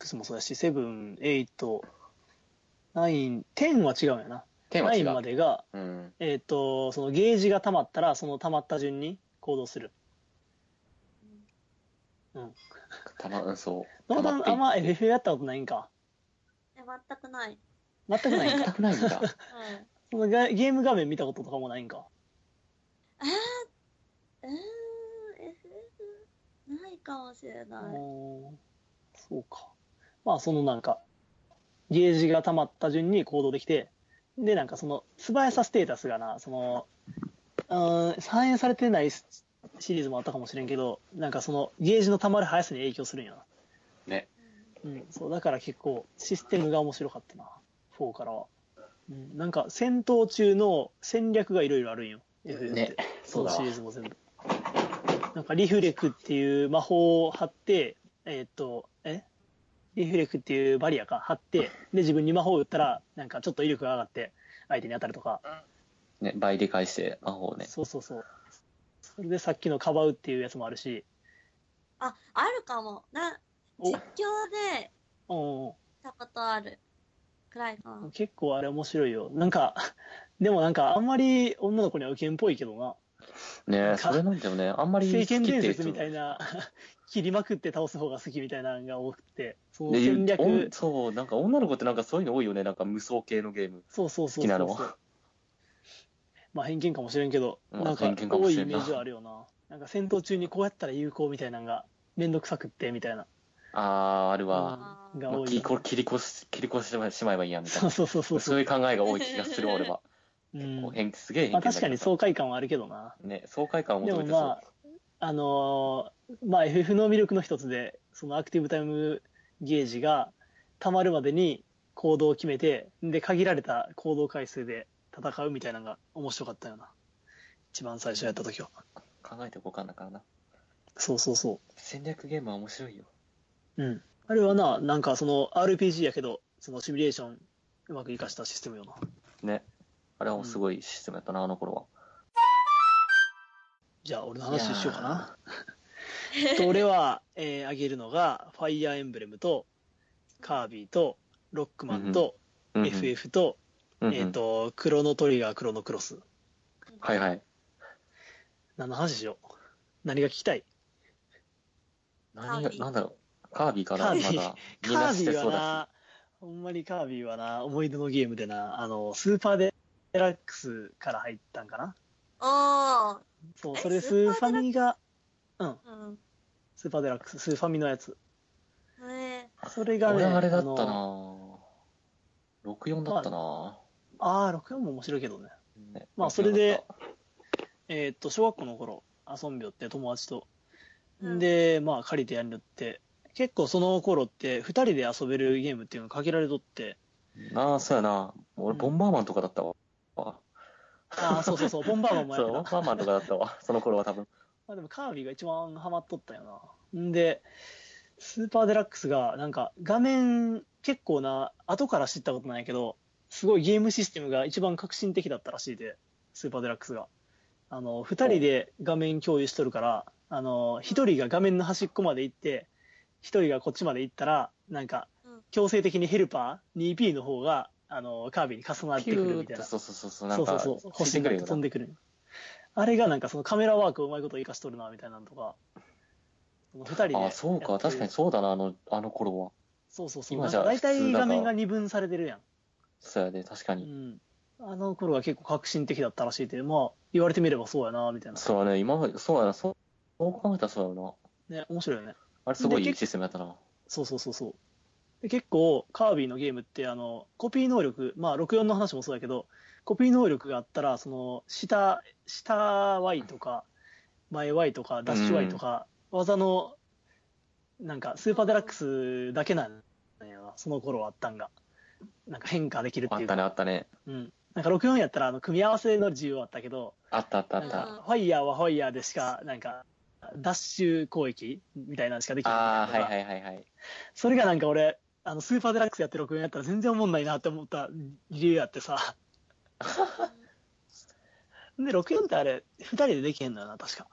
[SPEAKER 2] 6もそうだし、7、8、9、10は違うんやな。
[SPEAKER 1] テーマ違
[SPEAKER 2] 9ま
[SPEAKER 1] う。
[SPEAKER 2] でが、
[SPEAKER 1] うん。
[SPEAKER 2] えーっと、そのゲージが溜まったら、その溜まった順に行動する。
[SPEAKER 1] たま、うん、そう。
[SPEAKER 2] ノー
[SPEAKER 1] た
[SPEAKER 2] ダ
[SPEAKER 1] まっ
[SPEAKER 2] ン
[SPEAKER 1] てい
[SPEAKER 2] あ
[SPEAKER 1] い
[SPEAKER 2] んま FF やったことないんか。
[SPEAKER 3] え、全くない。
[SPEAKER 2] 全くないん
[SPEAKER 1] 全
[SPEAKER 2] か。
[SPEAKER 1] くないんだ。
[SPEAKER 3] うん。
[SPEAKER 2] そのがゲーム画面見たこととかもないんか。
[SPEAKER 3] あー、うーん、FF? ないかもしれ
[SPEAKER 2] う
[SPEAKER 3] ない。
[SPEAKER 2] ーんそうか。まあ、そのなんか、ゲージが溜まった順に行動できて、で、なんかその、素早さステータスがな、その、うーん、反映されてないシシリーズもあったかもしれんけど、なんかその、ゲージの溜まる速さに影響するんやな。
[SPEAKER 1] ね。
[SPEAKER 2] うん、そう、だから結構、システムが面白かったな、4からは。うん、なんか、戦闘中の戦略がいろいろあるんよ。 FF って、
[SPEAKER 1] ね、
[SPEAKER 2] そ
[SPEAKER 1] そう
[SPEAKER 2] の
[SPEAKER 1] だ
[SPEAKER 2] シ
[SPEAKER 1] わ
[SPEAKER 2] リーズも全部。なんかリフレクっていう魔法を貼って、えーっと、えリフレクっていうバリアか、貼って、で、自分に魔法を打ったら、なんかちょっと威力が上がって、相手に当たるとか、
[SPEAKER 1] ね、倍で返して、魔法をね。
[SPEAKER 2] そうそうそう。それでさっきのかばうっていうやつもあるし、
[SPEAKER 3] あ、あるかも。な、
[SPEAKER 2] お
[SPEAKER 3] 実況で
[SPEAKER 2] お
[SPEAKER 3] 見たことある。くらいかな。
[SPEAKER 2] 結構あれ面白いよ。なんか、でもなんかあんまり女の子には受けんぽいけどな。
[SPEAKER 1] ね
[SPEAKER 2] んか
[SPEAKER 1] それなんだよね。あんまり
[SPEAKER 2] 聖剣伝説みた
[SPEAKER 1] で
[SPEAKER 2] いな、 切りまくって倒す方が好きみたいなのが多くて、その
[SPEAKER 1] 言う
[SPEAKER 2] 戦略
[SPEAKER 1] お、そう、なんか女の子ってなんかそういうの多いよね。なんか無双系のゲーム。
[SPEAKER 2] そうそうそうそ
[SPEAKER 1] 好き
[SPEAKER 2] う。
[SPEAKER 1] なの
[SPEAKER 2] まあ偏見かもしれんけど、
[SPEAKER 1] まあ
[SPEAKER 2] なんか
[SPEAKER 1] 偏見かも
[SPEAKER 2] 多い
[SPEAKER 1] し
[SPEAKER 2] イ
[SPEAKER 1] れん
[SPEAKER 2] メ
[SPEAKER 1] な
[SPEAKER 2] ージはあるよな。なんか戦闘中にこうやったら有効みたいなのが、めんどくさくってみたいな、
[SPEAKER 1] あー、あるわ。
[SPEAKER 2] うんが
[SPEAKER 1] まあ
[SPEAKER 2] 多い
[SPEAKER 1] 切り
[SPEAKER 2] よ
[SPEAKER 1] こ切り越し、切り越してしまえばいいや、みたい
[SPEAKER 2] そう
[SPEAKER 1] な。
[SPEAKER 2] そうそうそう
[SPEAKER 1] そういう考えが多い気がする、俺は。
[SPEAKER 2] うん
[SPEAKER 1] こう偏すげえ
[SPEAKER 2] ま
[SPEAKER 1] 偏
[SPEAKER 2] あ、確かに
[SPEAKER 1] う。
[SPEAKER 2] 爽快感はあるけどな。
[SPEAKER 1] ね、爽快感を
[SPEAKER 2] で
[SPEAKER 1] 求
[SPEAKER 2] も
[SPEAKER 1] めて
[SPEAKER 2] まあ、あのーまあ FF の魅力の一つで、そのアクティブタイムゲージが溜まるまでに行動を決めて、で、限られた行動回数で戦うみたいなのが面白かったよな。一番最初やった時は。
[SPEAKER 1] そう考えて動かんだからな。
[SPEAKER 2] そうそうそ
[SPEAKER 1] 戦略ゲームは面白いよ。
[SPEAKER 2] う。うん。あれはな、なんかその RPG やけど、そのシミュレーションうまく活かしたシステムよな。
[SPEAKER 1] ね。あれはもうすごいシステムやったな、あの頃は。
[SPEAKER 2] じゃあ俺の話しようかな。えっ と俺は、えー、あげるのが、ファイアーエンブレムと、カービィと、ロックマンと、
[SPEAKER 1] うんうん
[SPEAKER 2] FF と、
[SPEAKER 1] うんうん
[SPEAKER 2] えっ、と、クロノトリガー、クロノクロス。
[SPEAKER 1] はいはい。
[SPEAKER 2] 何の話しよう何が聞きたい
[SPEAKER 1] 何
[SPEAKER 3] カー
[SPEAKER 1] が、
[SPEAKER 3] ビィ
[SPEAKER 1] なんだろう。カービィかな、
[SPEAKER 2] カー
[SPEAKER 1] ま
[SPEAKER 2] ビィ
[SPEAKER 1] だ。
[SPEAKER 2] カ
[SPEAKER 1] みんな
[SPEAKER 2] ー
[SPEAKER 1] し
[SPEAKER 2] ビ
[SPEAKER 1] て
[SPEAKER 2] ィ
[SPEAKER 1] そ
[SPEAKER 2] は
[SPEAKER 1] うだ
[SPEAKER 2] な、ほんまにカービィはな、思い出のゲームでな、あの、スーパーデラックスから入ったんかな
[SPEAKER 3] あ
[SPEAKER 2] そう、
[SPEAKER 3] え
[SPEAKER 2] それス
[SPEAKER 3] スー
[SPEAKER 2] ー
[SPEAKER 3] パー
[SPEAKER 2] ファミが、
[SPEAKER 3] あ、うん。
[SPEAKER 2] スーパーデラックス、スーファミのやつ。
[SPEAKER 3] ね
[SPEAKER 2] それ
[SPEAKER 1] し。
[SPEAKER 2] がね、
[SPEAKER 1] 俺あれだった
[SPEAKER 2] の
[SPEAKER 1] な64だったな
[SPEAKER 2] あー、64も面白いけどね。
[SPEAKER 1] ね
[SPEAKER 2] まあそれで、えーっと、小学校の頃、遊んびよって友達と。
[SPEAKER 3] うん
[SPEAKER 2] で、まあ借りてやるって、結構その頃って、二人で遊べるゲームっていうの限られとって、
[SPEAKER 1] なあ、そうやな。
[SPEAKER 2] う
[SPEAKER 1] 俺、
[SPEAKER 2] ん
[SPEAKER 1] ボンバーマンとかだったわ。
[SPEAKER 2] ああ、そうそ うそう、ボンバーマンもやっ
[SPEAKER 1] そう、
[SPEAKER 2] て
[SPEAKER 1] ボン
[SPEAKER 2] た。
[SPEAKER 1] バーマンとかだったわ。 その頃は多分。
[SPEAKER 2] まあでもカービィが一番ハマっとったよな。んで、スーパーデラックスが、なんか画面結構な、後から知ったことなんやけど、すごいゲームシステムが一番革新的だったらしいで、スーパーデラックスが。あの、二人で画面共有しとるから、あの、一人が画面の端っこまで行って、一人がこっちまで行ったら、なんか
[SPEAKER 3] うん、
[SPEAKER 2] 強制的にヘルパー、2P の方が、あの、カービィに重なってくるみたいな。
[SPEAKER 1] そうそうそうそう、な
[SPEAKER 2] そ
[SPEAKER 1] ん
[SPEAKER 2] うそ
[SPEAKER 1] か、
[SPEAKER 2] うそう、
[SPEAKER 1] つ
[SPEAKER 2] 星
[SPEAKER 1] いて
[SPEAKER 2] が
[SPEAKER 1] くるよ
[SPEAKER 2] 飛んでくる。あれがなんかそのカメラワークをうまいこと生かしとるな、みたいなのとか。その二人でやって
[SPEAKER 1] な。
[SPEAKER 2] る。
[SPEAKER 1] あ、そうか、確かにそうだな、あの、あの頃は。
[SPEAKER 2] そうそうそう。
[SPEAKER 1] 今
[SPEAKER 2] なん
[SPEAKER 1] じゃ
[SPEAKER 2] か大
[SPEAKER 1] 普通だか
[SPEAKER 2] 体
[SPEAKER 1] ら
[SPEAKER 2] 画面が二分されてるやん。
[SPEAKER 1] そうやで、確か
[SPEAKER 2] う
[SPEAKER 1] に。
[SPEAKER 2] ん。あの頃は結構革新的だったらしいって、まあ、言われてみればそうやな、みたいな。
[SPEAKER 1] そうやね、今まで、そうやな、そう、そう考えたらそうやな。
[SPEAKER 2] ね、面白いよね。
[SPEAKER 1] あれ、すごいい
[SPEAKER 2] で
[SPEAKER 1] い
[SPEAKER 2] 結
[SPEAKER 1] システムやったな。
[SPEAKER 2] そうそうそうそう。で結構、カービィのゲームって、あの、コピー能力、まあ、64の話もそうだけど、コピー能力があったら、その、下、下 Y とか、前 Y とか、ダッシュ Y とか、技の、なんか、スーパーデラックスだけなんだよな、その頃はあったんが。なんか変化できるっ
[SPEAKER 1] あっ
[SPEAKER 2] ていう
[SPEAKER 1] た
[SPEAKER 2] か。
[SPEAKER 1] ね、あったね。
[SPEAKER 2] うん。なんか64やったら、あの、組み合わせの自由はあったけど、
[SPEAKER 1] あったあったあ
[SPEAKER 2] な
[SPEAKER 1] っ
[SPEAKER 2] ん
[SPEAKER 1] た。
[SPEAKER 2] か、ファイヤーはファイヤーでしか、なんか、ダッシュ攻撃みたいなのしかできないみたいな
[SPEAKER 1] あ
[SPEAKER 2] の
[SPEAKER 1] あ、
[SPEAKER 2] が。
[SPEAKER 1] はいはいはいはい。
[SPEAKER 2] それがなんか俺、あの、スーパーデラックスやって64やったら全然おもんないなって思った理由やってさ。で、64ってあれ、2人でできへんのよな、確か。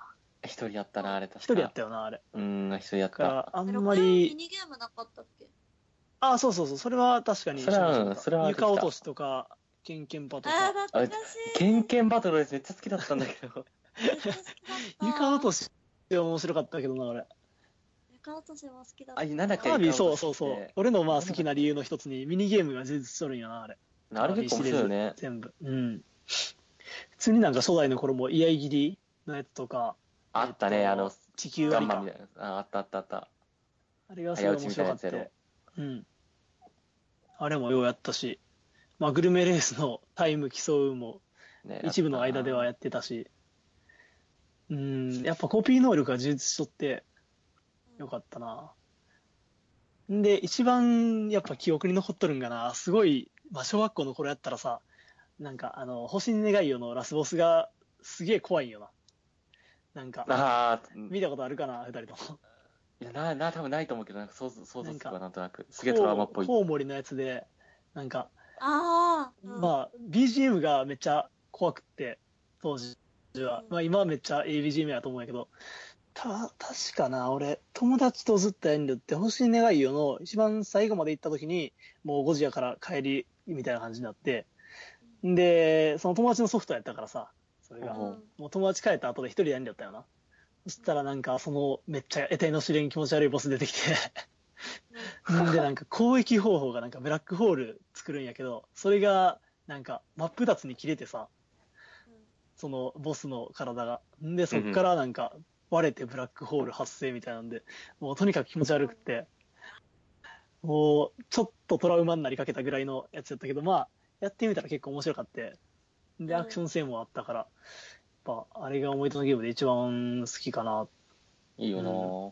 [SPEAKER 1] 一人やったな、あれ、確か
[SPEAKER 2] 1人やったよな、あれ。
[SPEAKER 1] うん、一人やっ
[SPEAKER 2] だか
[SPEAKER 1] た。
[SPEAKER 2] ら、あん
[SPEAKER 3] え。
[SPEAKER 2] ま
[SPEAKER 3] ミ
[SPEAKER 2] り、
[SPEAKER 3] ニゲームなかったっけ
[SPEAKER 2] あ、そうそうそう、それは確かに
[SPEAKER 1] それはうんそれはできた
[SPEAKER 2] 床落としとか、ケンケンパと
[SPEAKER 3] あ
[SPEAKER 2] か。
[SPEAKER 3] ー、懐かしい。
[SPEAKER 1] ケンケンバトルです、めっちゃ好きだったんだけど。
[SPEAKER 2] 床落とし
[SPEAKER 3] し。
[SPEAKER 2] って面白かったけどな、俺。
[SPEAKER 3] 床落としも好きだった。
[SPEAKER 1] あ、なんだっけ
[SPEAKER 2] カービィ、
[SPEAKER 1] 床
[SPEAKER 2] そ
[SPEAKER 1] 落
[SPEAKER 2] う
[SPEAKER 1] と
[SPEAKER 2] そう
[SPEAKER 1] し
[SPEAKER 2] そ
[SPEAKER 1] っ
[SPEAKER 2] う
[SPEAKER 1] て。
[SPEAKER 2] 俺のまあ好きな理由の一つに、ミニゲームが充実しとるんやな、あれ。
[SPEAKER 1] あれ結構面白いよね。
[SPEAKER 2] 全部。うん。普通になんか初代の頃も、居合切りのやつとか、
[SPEAKER 1] あったね、あの、
[SPEAKER 2] 地球
[SPEAKER 1] ガ
[SPEAKER 2] 割
[SPEAKER 1] ン
[SPEAKER 2] り
[SPEAKER 1] マン
[SPEAKER 2] か
[SPEAKER 1] み。たいな。ああったあったあった。
[SPEAKER 2] あれがす
[SPEAKER 1] 早
[SPEAKER 2] ごい
[SPEAKER 1] 打ちみ
[SPEAKER 2] 面
[SPEAKER 1] たいなや
[SPEAKER 2] 白かっ
[SPEAKER 1] つやろ
[SPEAKER 2] た。。うん。あれもようやったし、まあ、グルメレースのタイム競うも
[SPEAKER 1] ね
[SPEAKER 2] 一部の間ではや
[SPEAKER 1] やっ
[SPEAKER 2] ってたし、うん、やっぱコピー能力が充実しとってよかったな。んで、一番やっぱ記憶に残っとるんがな、すごい、まあ、小学校の頃やったらさ、なんかあの、星に願いよのラスボスがすげえ怖いんよな。なんか、
[SPEAKER 1] ああ、うん
[SPEAKER 2] 見たことあるかな、二人とも。
[SPEAKER 1] いや、な、な、多分ないと思うけど、なんか想像、想像すればなんとなく、すげえトラウマっぽい。
[SPEAKER 2] コウモリのやつで、なんか、
[SPEAKER 3] ああ、うん
[SPEAKER 2] まあ、BGM がめっちゃ怖くって、当時は。まあ、今はめっちゃ ABGM やと思うんやけど、た、確かな、俺、友達とずっとやるんだって、星に願いよの、一番最後まで行った時に、もう5時やから帰り、みたいな感じになって、で、その友達のソフトやったからさ、それが。
[SPEAKER 1] うん
[SPEAKER 2] もう友達帰った後で一人でやるんだったよな。そしたらなんか、その、めっちゃ得体の知れん気持ち悪いボス出てきて、ん でなんか攻撃方法がなんかブラックホール作るんやけどそれがなんか真っ二つに切れてさそのボスの体がんでそっからなんか割れてブラックホール発生みたいなんでもうとにかく気持ち悪くってもうちょっとトラウマになりかけたぐらいのやつやったけどまあやってみたら結構面白かってでアクション性もあったからやっぱあれが思い出のゲームで一番好きかない
[SPEAKER 1] いよなぁ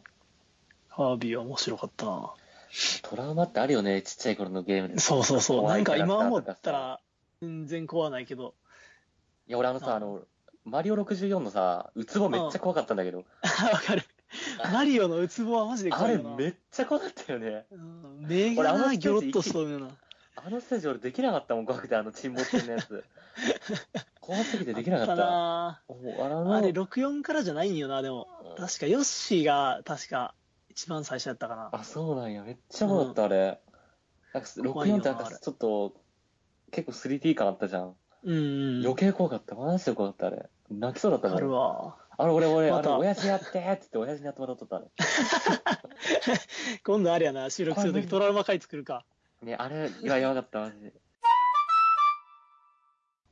[SPEAKER 2] ハービーは面白かったな
[SPEAKER 1] トラウマってあるよね、ちっちゃい頃のゲームで。
[SPEAKER 2] そうそうそう。
[SPEAKER 1] 怖
[SPEAKER 2] なん
[SPEAKER 1] いキ
[SPEAKER 2] か
[SPEAKER 1] ャラクターと
[SPEAKER 2] 今
[SPEAKER 1] かさ
[SPEAKER 2] 思ったら、全然怖ないけど。
[SPEAKER 1] いや、俺あの
[SPEAKER 2] あ
[SPEAKER 1] さ、あの、マリオ64のさ、ウツボめっちゃ怖かったんだけど、
[SPEAKER 2] わかる。マリオのウツボはマジで
[SPEAKER 1] あ
[SPEAKER 2] 怖い
[SPEAKER 1] れ
[SPEAKER 2] よな。
[SPEAKER 1] めっちゃ怖かったよね。
[SPEAKER 2] うん目
[SPEAKER 1] 俺
[SPEAKER 2] が
[SPEAKER 1] あのステー
[SPEAKER 2] な、
[SPEAKER 1] ジ
[SPEAKER 2] ギョロッとしとるよな。
[SPEAKER 1] あのステージ俺できなかったもん、怖くて、あの沈没船のや つ。怖すぎてできなかった。
[SPEAKER 2] あな
[SPEAKER 1] もうあの
[SPEAKER 2] あれ、64からじゃないんよな、でも。確か、ヨッシーが、確か、一番最初やったかな。
[SPEAKER 1] あ、そうなんや。めっちゃ怖かった、あれ。なんか、
[SPEAKER 2] 怖いよ
[SPEAKER 1] 64
[SPEAKER 2] な
[SPEAKER 1] ってなん
[SPEAKER 2] あ
[SPEAKER 1] か
[SPEAKER 2] れ
[SPEAKER 1] ちょっと、結構 3D 感あったじゃん。
[SPEAKER 2] うんうん。
[SPEAKER 1] 余計怖かった。マジで怖かった、あれ。泣きそうだった
[SPEAKER 2] あ
[SPEAKER 1] も
[SPEAKER 2] る
[SPEAKER 1] ん。
[SPEAKER 2] わ。
[SPEAKER 1] あれ、俺、俺、
[SPEAKER 2] ま
[SPEAKER 1] あれ、
[SPEAKER 2] た
[SPEAKER 1] 親父やってって言って、親父にやってもらっとったの。
[SPEAKER 2] 今度あれやな、収録するときトラウマ回作るか。
[SPEAKER 1] ね、あれ、いや、やばかった、マジで。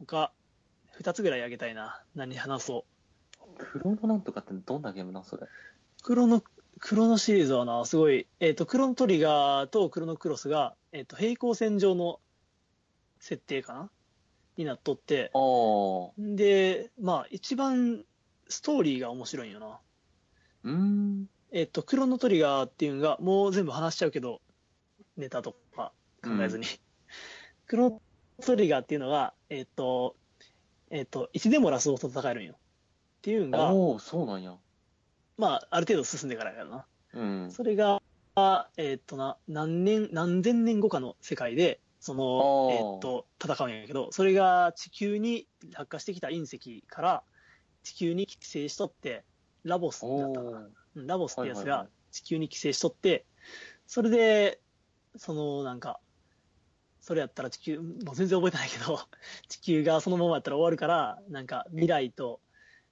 [SPEAKER 2] 他、二つぐらいあげたいな。何話そう。
[SPEAKER 1] クロノなんとかってどんなゲームなん、それ。
[SPEAKER 2] クロノ、クロノシリーズはな、すごい、えっ、と、クロノトリガーとクロノクロスが、えっ、と、平行線上の設定かなになっとって、
[SPEAKER 1] あー。
[SPEAKER 2] んで、まあ、一番ストーリーが面白いんよな。
[SPEAKER 1] うーん。
[SPEAKER 2] えっ、と、クロノトリガーっていうのが、もう全部話しちゃうけど、ネタとか考えずに。クロノトリガーっていうのが、えっ、と、えっ、と、いつでもラスボスと戦えるんよ。っていうのが、
[SPEAKER 1] おー、そうなんや。
[SPEAKER 2] まあ、ある程度進んでからやな。
[SPEAKER 1] うん。
[SPEAKER 2] それが、あえーっとな、何年、何千年後かの世界で、その、
[SPEAKER 1] あ
[SPEAKER 2] え
[SPEAKER 1] ー
[SPEAKER 2] ーっと、戦うんやけど、それが地球に落下してきた隕石から、地球に寄生しとって、ラボスだったか
[SPEAKER 1] お
[SPEAKER 2] な
[SPEAKER 1] ー。
[SPEAKER 2] うんラボスってやつ
[SPEAKER 1] はいはいは
[SPEAKER 2] が
[SPEAKER 1] い
[SPEAKER 2] 地球に寄生しとって、それで、その、なんか、それやったら地球、もう全然覚えてないけど、地球がそのままやったら終わるから、なんか未来と、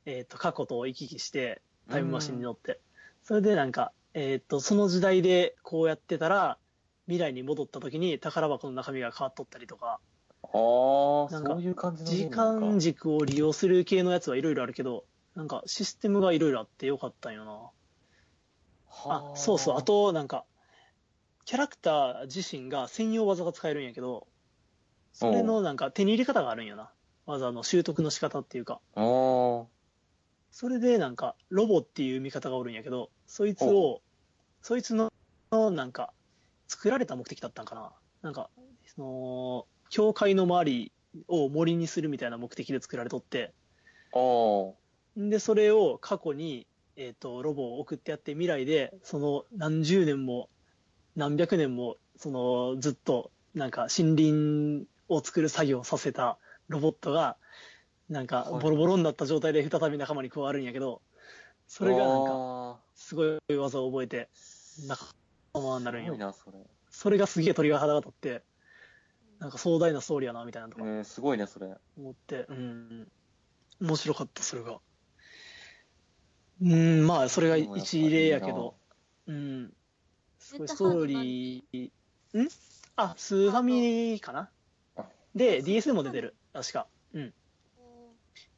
[SPEAKER 2] えーっと、過去と行き来して、タイムマシンに乗って。それでなんか、えーっと、その時代でこうやってたら、未来に戻った時に宝箱の中身が変わっとったりとか、
[SPEAKER 1] あー、
[SPEAKER 2] なんか
[SPEAKER 1] そういう感じのゲーム
[SPEAKER 2] 時
[SPEAKER 1] なんか
[SPEAKER 2] 間軸を利用する系のやつはいろいろあるけど、なんかシステムがいろいろあってよかったんよな。あ
[SPEAKER 1] はー
[SPEAKER 2] そうそうあとなんかキャラクター自身が専用技が使えるんやけどそれのなんか手に入れ方があるんやな技の習得の仕方っていうか
[SPEAKER 1] あー
[SPEAKER 2] それでなんかロボっていう味方がおるんやけどそいつを
[SPEAKER 1] ほ
[SPEAKER 2] そいつののなんか作られた目的だったんかななんかその教会の周りを森にするみたいな目的で作られとって
[SPEAKER 1] あー
[SPEAKER 2] で、それを過去に、えっ、と、ロボを送ってやって、未来で、その何十年も、何百年も、その、ずっと、なんか森林を作る作業をさせたロボットが、なんか
[SPEAKER 1] はい
[SPEAKER 2] ボロボロになった状態で再び仲間に加わるんやけど、それがなん
[SPEAKER 1] か
[SPEAKER 2] か、すごい技を覚えて、仲間になるん
[SPEAKER 1] すご
[SPEAKER 2] よ
[SPEAKER 1] い。なそれ、
[SPEAKER 2] それがすげえ鳥が肌が立って、なんか壮大なストーリーやな、みたいなとか
[SPEAKER 1] ね、すごいねそれ
[SPEAKER 2] 思って、うん、面白かった、それが。うん、まあ、それが一例やけど、うん、すごいストーリー、んあ、スーファミかな
[SPEAKER 1] あ
[SPEAKER 2] で、DS でも出てる、確か。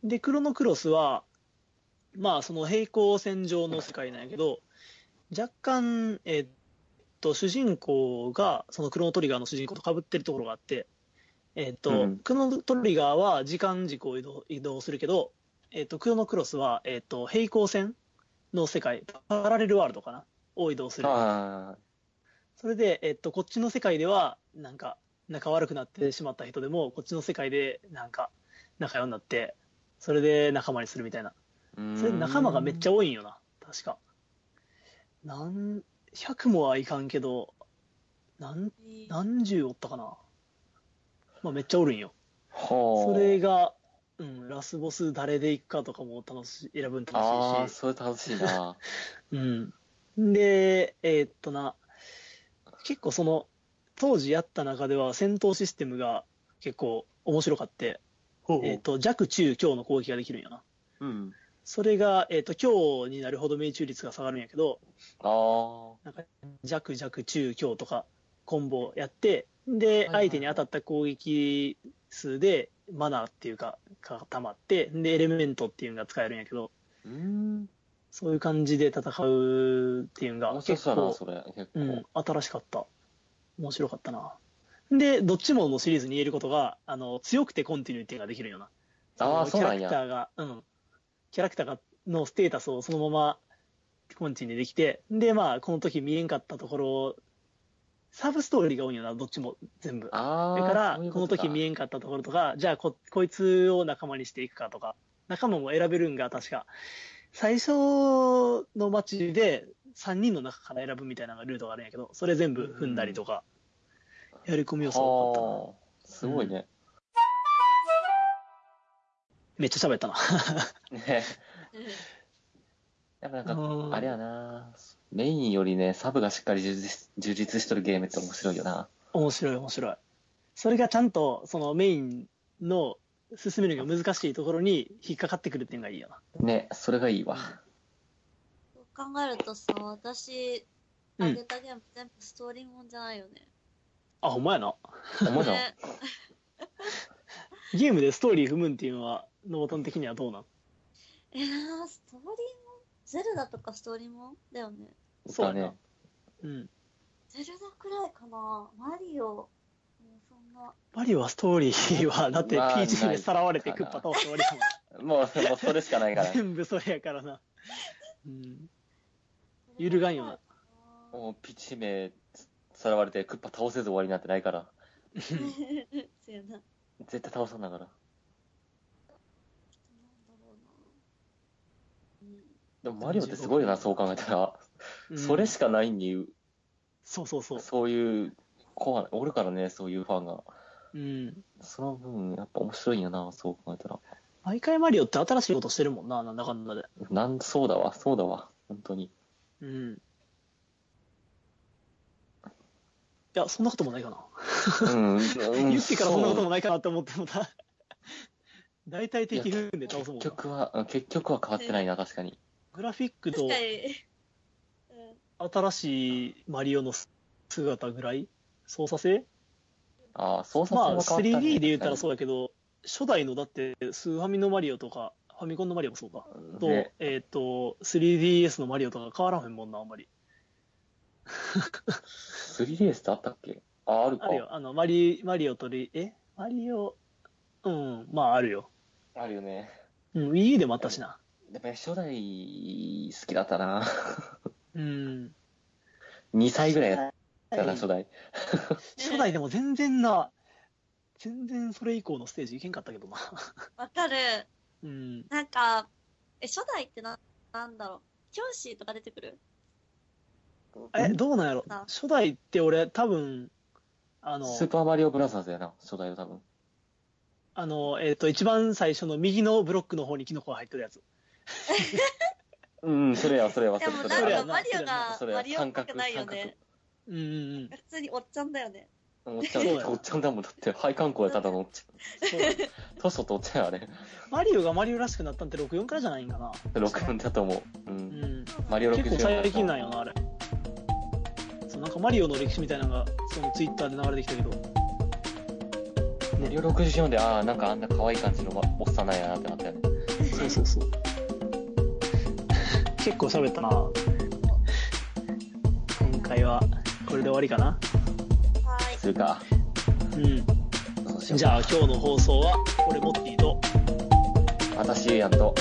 [SPEAKER 2] で、クロノクロスは、まあ、その平行線上の世界なんやけど、若干、えっと、主人公が、そのクロノトリガーの主人公と被ってるところがあって、えっと、
[SPEAKER 1] うん
[SPEAKER 2] クロノトリガーは時間軸を移動移動するけど、えっと、クロノクロスは、えっと、平行線の世界、パラレルワールドかなを移動する。
[SPEAKER 1] あ
[SPEAKER 2] それで、えっと、こっちの世界では、なんか、仲悪くなってしまった人でも、こっちの世界で、なんか、仲良くなって、それで仲間にするみたいな。それ仲間がめっち
[SPEAKER 1] ゃ。
[SPEAKER 2] ゃ多いんよな、確か。何、100もはいかんけど、何、何十おったかな。まあめっちゃおるんよ。
[SPEAKER 1] はあ。
[SPEAKER 2] それが、うん、ラスボス誰で行くかとかも楽しい、選ぶん
[SPEAKER 1] ああ、
[SPEAKER 2] 楽しいし。
[SPEAKER 1] それ楽しい な。
[SPEAKER 2] うん。で、えーっとな、結構その、当時やった中では戦闘システムが結構面白かって、
[SPEAKER 1] ほ
[SPEAKER 2] えーっと、弱、中、強の攻撃ができるんよな。
[SPEAKER 1] うん。
[SPEAKER 2] それが、えーっと、強になるほど命中率が下がるんやけど、
[SPEAKER 1] ああ。
[SPEAKER 2] なんか弱、弱、中、強とかコンボやって、で、
[SPEAKER 1] はいはい
[SPEAKER 2] 相手に当たった攻撃数でマナーっていうか、が溜まって、で、エレメントっていうのが使えるんやけど、
[SPEAKER 1] うん。
[SPEAKER 2] そういう感じで戦うっていうのが
[SPEAKER 1] 面白
[SPEAKER 2] 結
[SPEAKER 1] そうやな、
[SPEAKER 2] 構
[SPEAKER 1] そ、れ。結
[SPEAKER 2] う
[SPEAKER 1] 構
[SPEAKER 2] ん。、新しかった。面白かったな。で、どっちものシリーズに言えることが、あの、強くてコンティニューっていうのができるような。
[SPEAKER 1] ああ、
[SPEAKER 2] そ
[SPEAKER 1] そう
[SPEAKER 2] の
[SPEAKER 1] なん
[SPEAKER 2] キャ
[SPEAKER 1] や
[SPEAKER 2] ラク。ターが、うん。キャラクターが、のステータスをそのままコンチにできて、で、まあ、この時見えんかったところを、サブストーリーが多いんよな、どっちも全部。だ
[SPEAKER 1] ああ。
[SPEAKER 2] から、
[SPEAKER 1] そういう
[SPEAKER 2] この
[SPEAKER 1] と
[SPEAKER 2] 時見
[SPEAKER 1] え
[SPEAKER 2] えんかったところとか、じゃあこ、こいつを仲間にしていくかとか、仲間も選べるんが、確か、最初の街で3人の中から選ぶみたいなルートがあるんやけど、それ全部踏んだりとか、やり込み要素多かったな。
[SPEAKER 1] すごいね。
[SPEAKER 2] めっちゃ喋ったな。
[SPEAKER 1] ね。やっぱなんか、
[SPEAKER 2] うん
[SPEAKER 1] あれやな。メインよりね、サブがしっかり充実充実しとるゲームって面白いよな。
[SPEAKER 2] 面白い面白いそれがちゃんとそのメインの進めるのが難しいところに引っかかってくるっていうのがいいよ
[SPEAKER 1] ね、それがいい わ。
[SPEAKER 3] 考えるとさ、私、
[SPEAKER 2] なう
[SPEAKER 3] あ
[SPEAKER 2] ん
[SPEAKER 3] げたゲーム全部ストーリーもんじゃないよね。
[SPEAKER 2] あほんまやな
[SPEAKER 1] お前ら、
[SPEAKER 3] ね
[SPEAKER 2] ゲームでストーリー踏むんっていうのはのボタン的にはどうなん
[SPEAKER 3] えー、ストーリーもんゼルダとかストーリーもんだよね。
[SPEAKER 2] そう
[SPEAKER 1] だ
[SPEAKER 2] やな
[SPEAKER 1] ね。
[SPEAKER 2] うん
[SPEAKER 3] ゼルダくらいかな。マリオ、もうそんな。
[SPEAKER 2] マリオはストーリーはだって
[SPEAKER 1] まあ
[SPEAKER 2] PG
[SPEAKER 1] ない
[SPEAKER 2] でさらわれて
[SPEAKER 1] か
[SPEAKER 2] クッ
[SPEAKER 1] な
[SPEAKER 2] パ倒して終わりか
[SPEAKER 1] もう、もうそれしかないから
[SPEAKER 2] も。全部それやからなうん揺るがんよな
[SPEAKER 1] もう、ピッチ姫、さらわれて、クッパ倒せず終わりなんてないから。
[SPEAKER 3] そうやな。なんだ
[SPEAKER 1] 絶対倒さんだから。
[SPEAKER 3] ろうな。うん
[SPEAKER 1] でもマリオってすごいよな、そう考えたら。
[SPEAKER 2] うん
[SPEAKER 1] それしかないに、
[SPEAKER 2] そうそうそう
[SPEAKER 1] そういう、コアな、おるからね、そういうファンが。
[SPEAKER 2] うん
[SPEAKER 1] その分、やっぱ面白いんやな、そう考えたら。
[SPEAKER 2] 毎回マリオって新しいことしてるもんななんだかんだで
[SPEAKER 1] なん、そうだわ、そうだわ、本当に。
[SPEAKER 2] うんいやそんなこともないかな
[SPEAKER 1] うん、
[SPEAKER 2] 言ってからそんなこと
[SPEAKER 1] も
[SPEAKER 2] もないかなって思ってもた。大体敵踏んで倒すもん
[SPEAKER 1] 結
[SPEAKER 2] な。
[SPEAKER 1] 局は、うん結局は変わってないな、確かに。
[SPEAKER 2] グラフィック
[SPEAKER 3] 確
[SPEAKER 2] と
[SPEAKER 3] かに。うん
[SPEAKER 2] 新しいマリオの姿ぐらい操作性
[SPEAKER 1] ああ、操作
[SPEAKER 2] ま
[SPEAKER 1] 性
[SPEAKER 2] あ
[SPEAKER 1] は変わった、ね。
[SPEAKER 2] 3D で言ったらそう
[SPEAKER 1] う
[SPEAKER 2] だけど、初代のだってスーファミのマリオとか、ファミコンのマリオもそうか。と、
[SPEAKER 1] ね、
[SPEAKER 2] えっ、と、3DS のマリオとか変わらへんもんな、あんまり。
[SPEAKER 1] 3DS ってあったっけあ、あるか。
[SPEAKER 2] あるよ、あの、マリ、マリオとリ、えマリオ、うん、まああるよ。
[SPEAKER 1] あるよね。
[SPEAKER 2] うん、Wii でもあったしな。
[SPEAKER 1] やっぱり初代、好きだったな。
[SPEAKER 2] うん。
[SPEAKER 1] 2歳ぐらいやったな、初代。
[SPEAKER 2] 初代でも全然な、全然それ以降のステージ行けんかったけどな。
[SPEAKER 3] わかる。
[SPEAKER 2] うん。
[SPEAKER 3] なんか、え、初代ってな、なんだろう。教師とか出てくる
[SPEAKER 2] え、どうなんやろ
[SPEAKER 3] あ
[SPEAKER 2] 初代って俺多分、あの、
[SPEAKER 1] スーパーマリオブラザーズやな、初代は多分。
[SPEAKER 2] あの、えっ、と、一番最初の右のブロックの方にキノコが入ってるやつ。
[SPEAKER 1] うんうん、それやわ、 それやわ、そ
[SPEAKER 3] で
[SPEAKER 1] れそ
[SPEAKER 3] もなん
[SPEAKER 1] れや
[SPEAKER 3] か
[SPEAKER 1] わ。
[SPEAKER 3] マリオが
[SPEAKER 1] それ
[SPEAKER 3] マ
[SPEAKER 1] は
[SPEAKER 3] リオっぽくないよね。
[SPEAKER 2] うんうんうん。
[SPEAKER 3] 普通におっちゃんだよね。
[SPEAKER 1] おっちゃ
[SPEAKER 2] そうや
[SPEAKER 1] ん、おっちゃんだもん。だって、配管工やっただのおっち
[SPEAKER 2] そうだね
[SPEAKER 1] ゃん。図書とおっちゃんや、あれ。
[SPEAKER 2] マリオがマリオらしくなったんって64からじゃないんかな。
[SPEAKER 1] 64だと思う。う。
[SPEAKER 2] うんん。
[SPEAKER 1] マリオ64
[SPEAKER 2] 結構最近なんよな、あれ。そう、なんかマリオの歴史みたいなのが、そのツイッターで流れてきたけど。
[SPEAKER 1] マリオ64で、ああ、なんかあんな可愛い感じのおっさんなんやなってなったよね。
[SPEAKER 2] そうそうそう。 結構喋ったな。今回はこれで終わりかな。
[SPEAKER 3] はい。
[SPEAKER 1] するか。
[SPEAKER 2] うん。
[SPEAKER 1] そうしよう
[SPEAKER 2] じゃあ今日の放送は、これモッティと、
[SPEAKER 1] 私、ゆうやんと、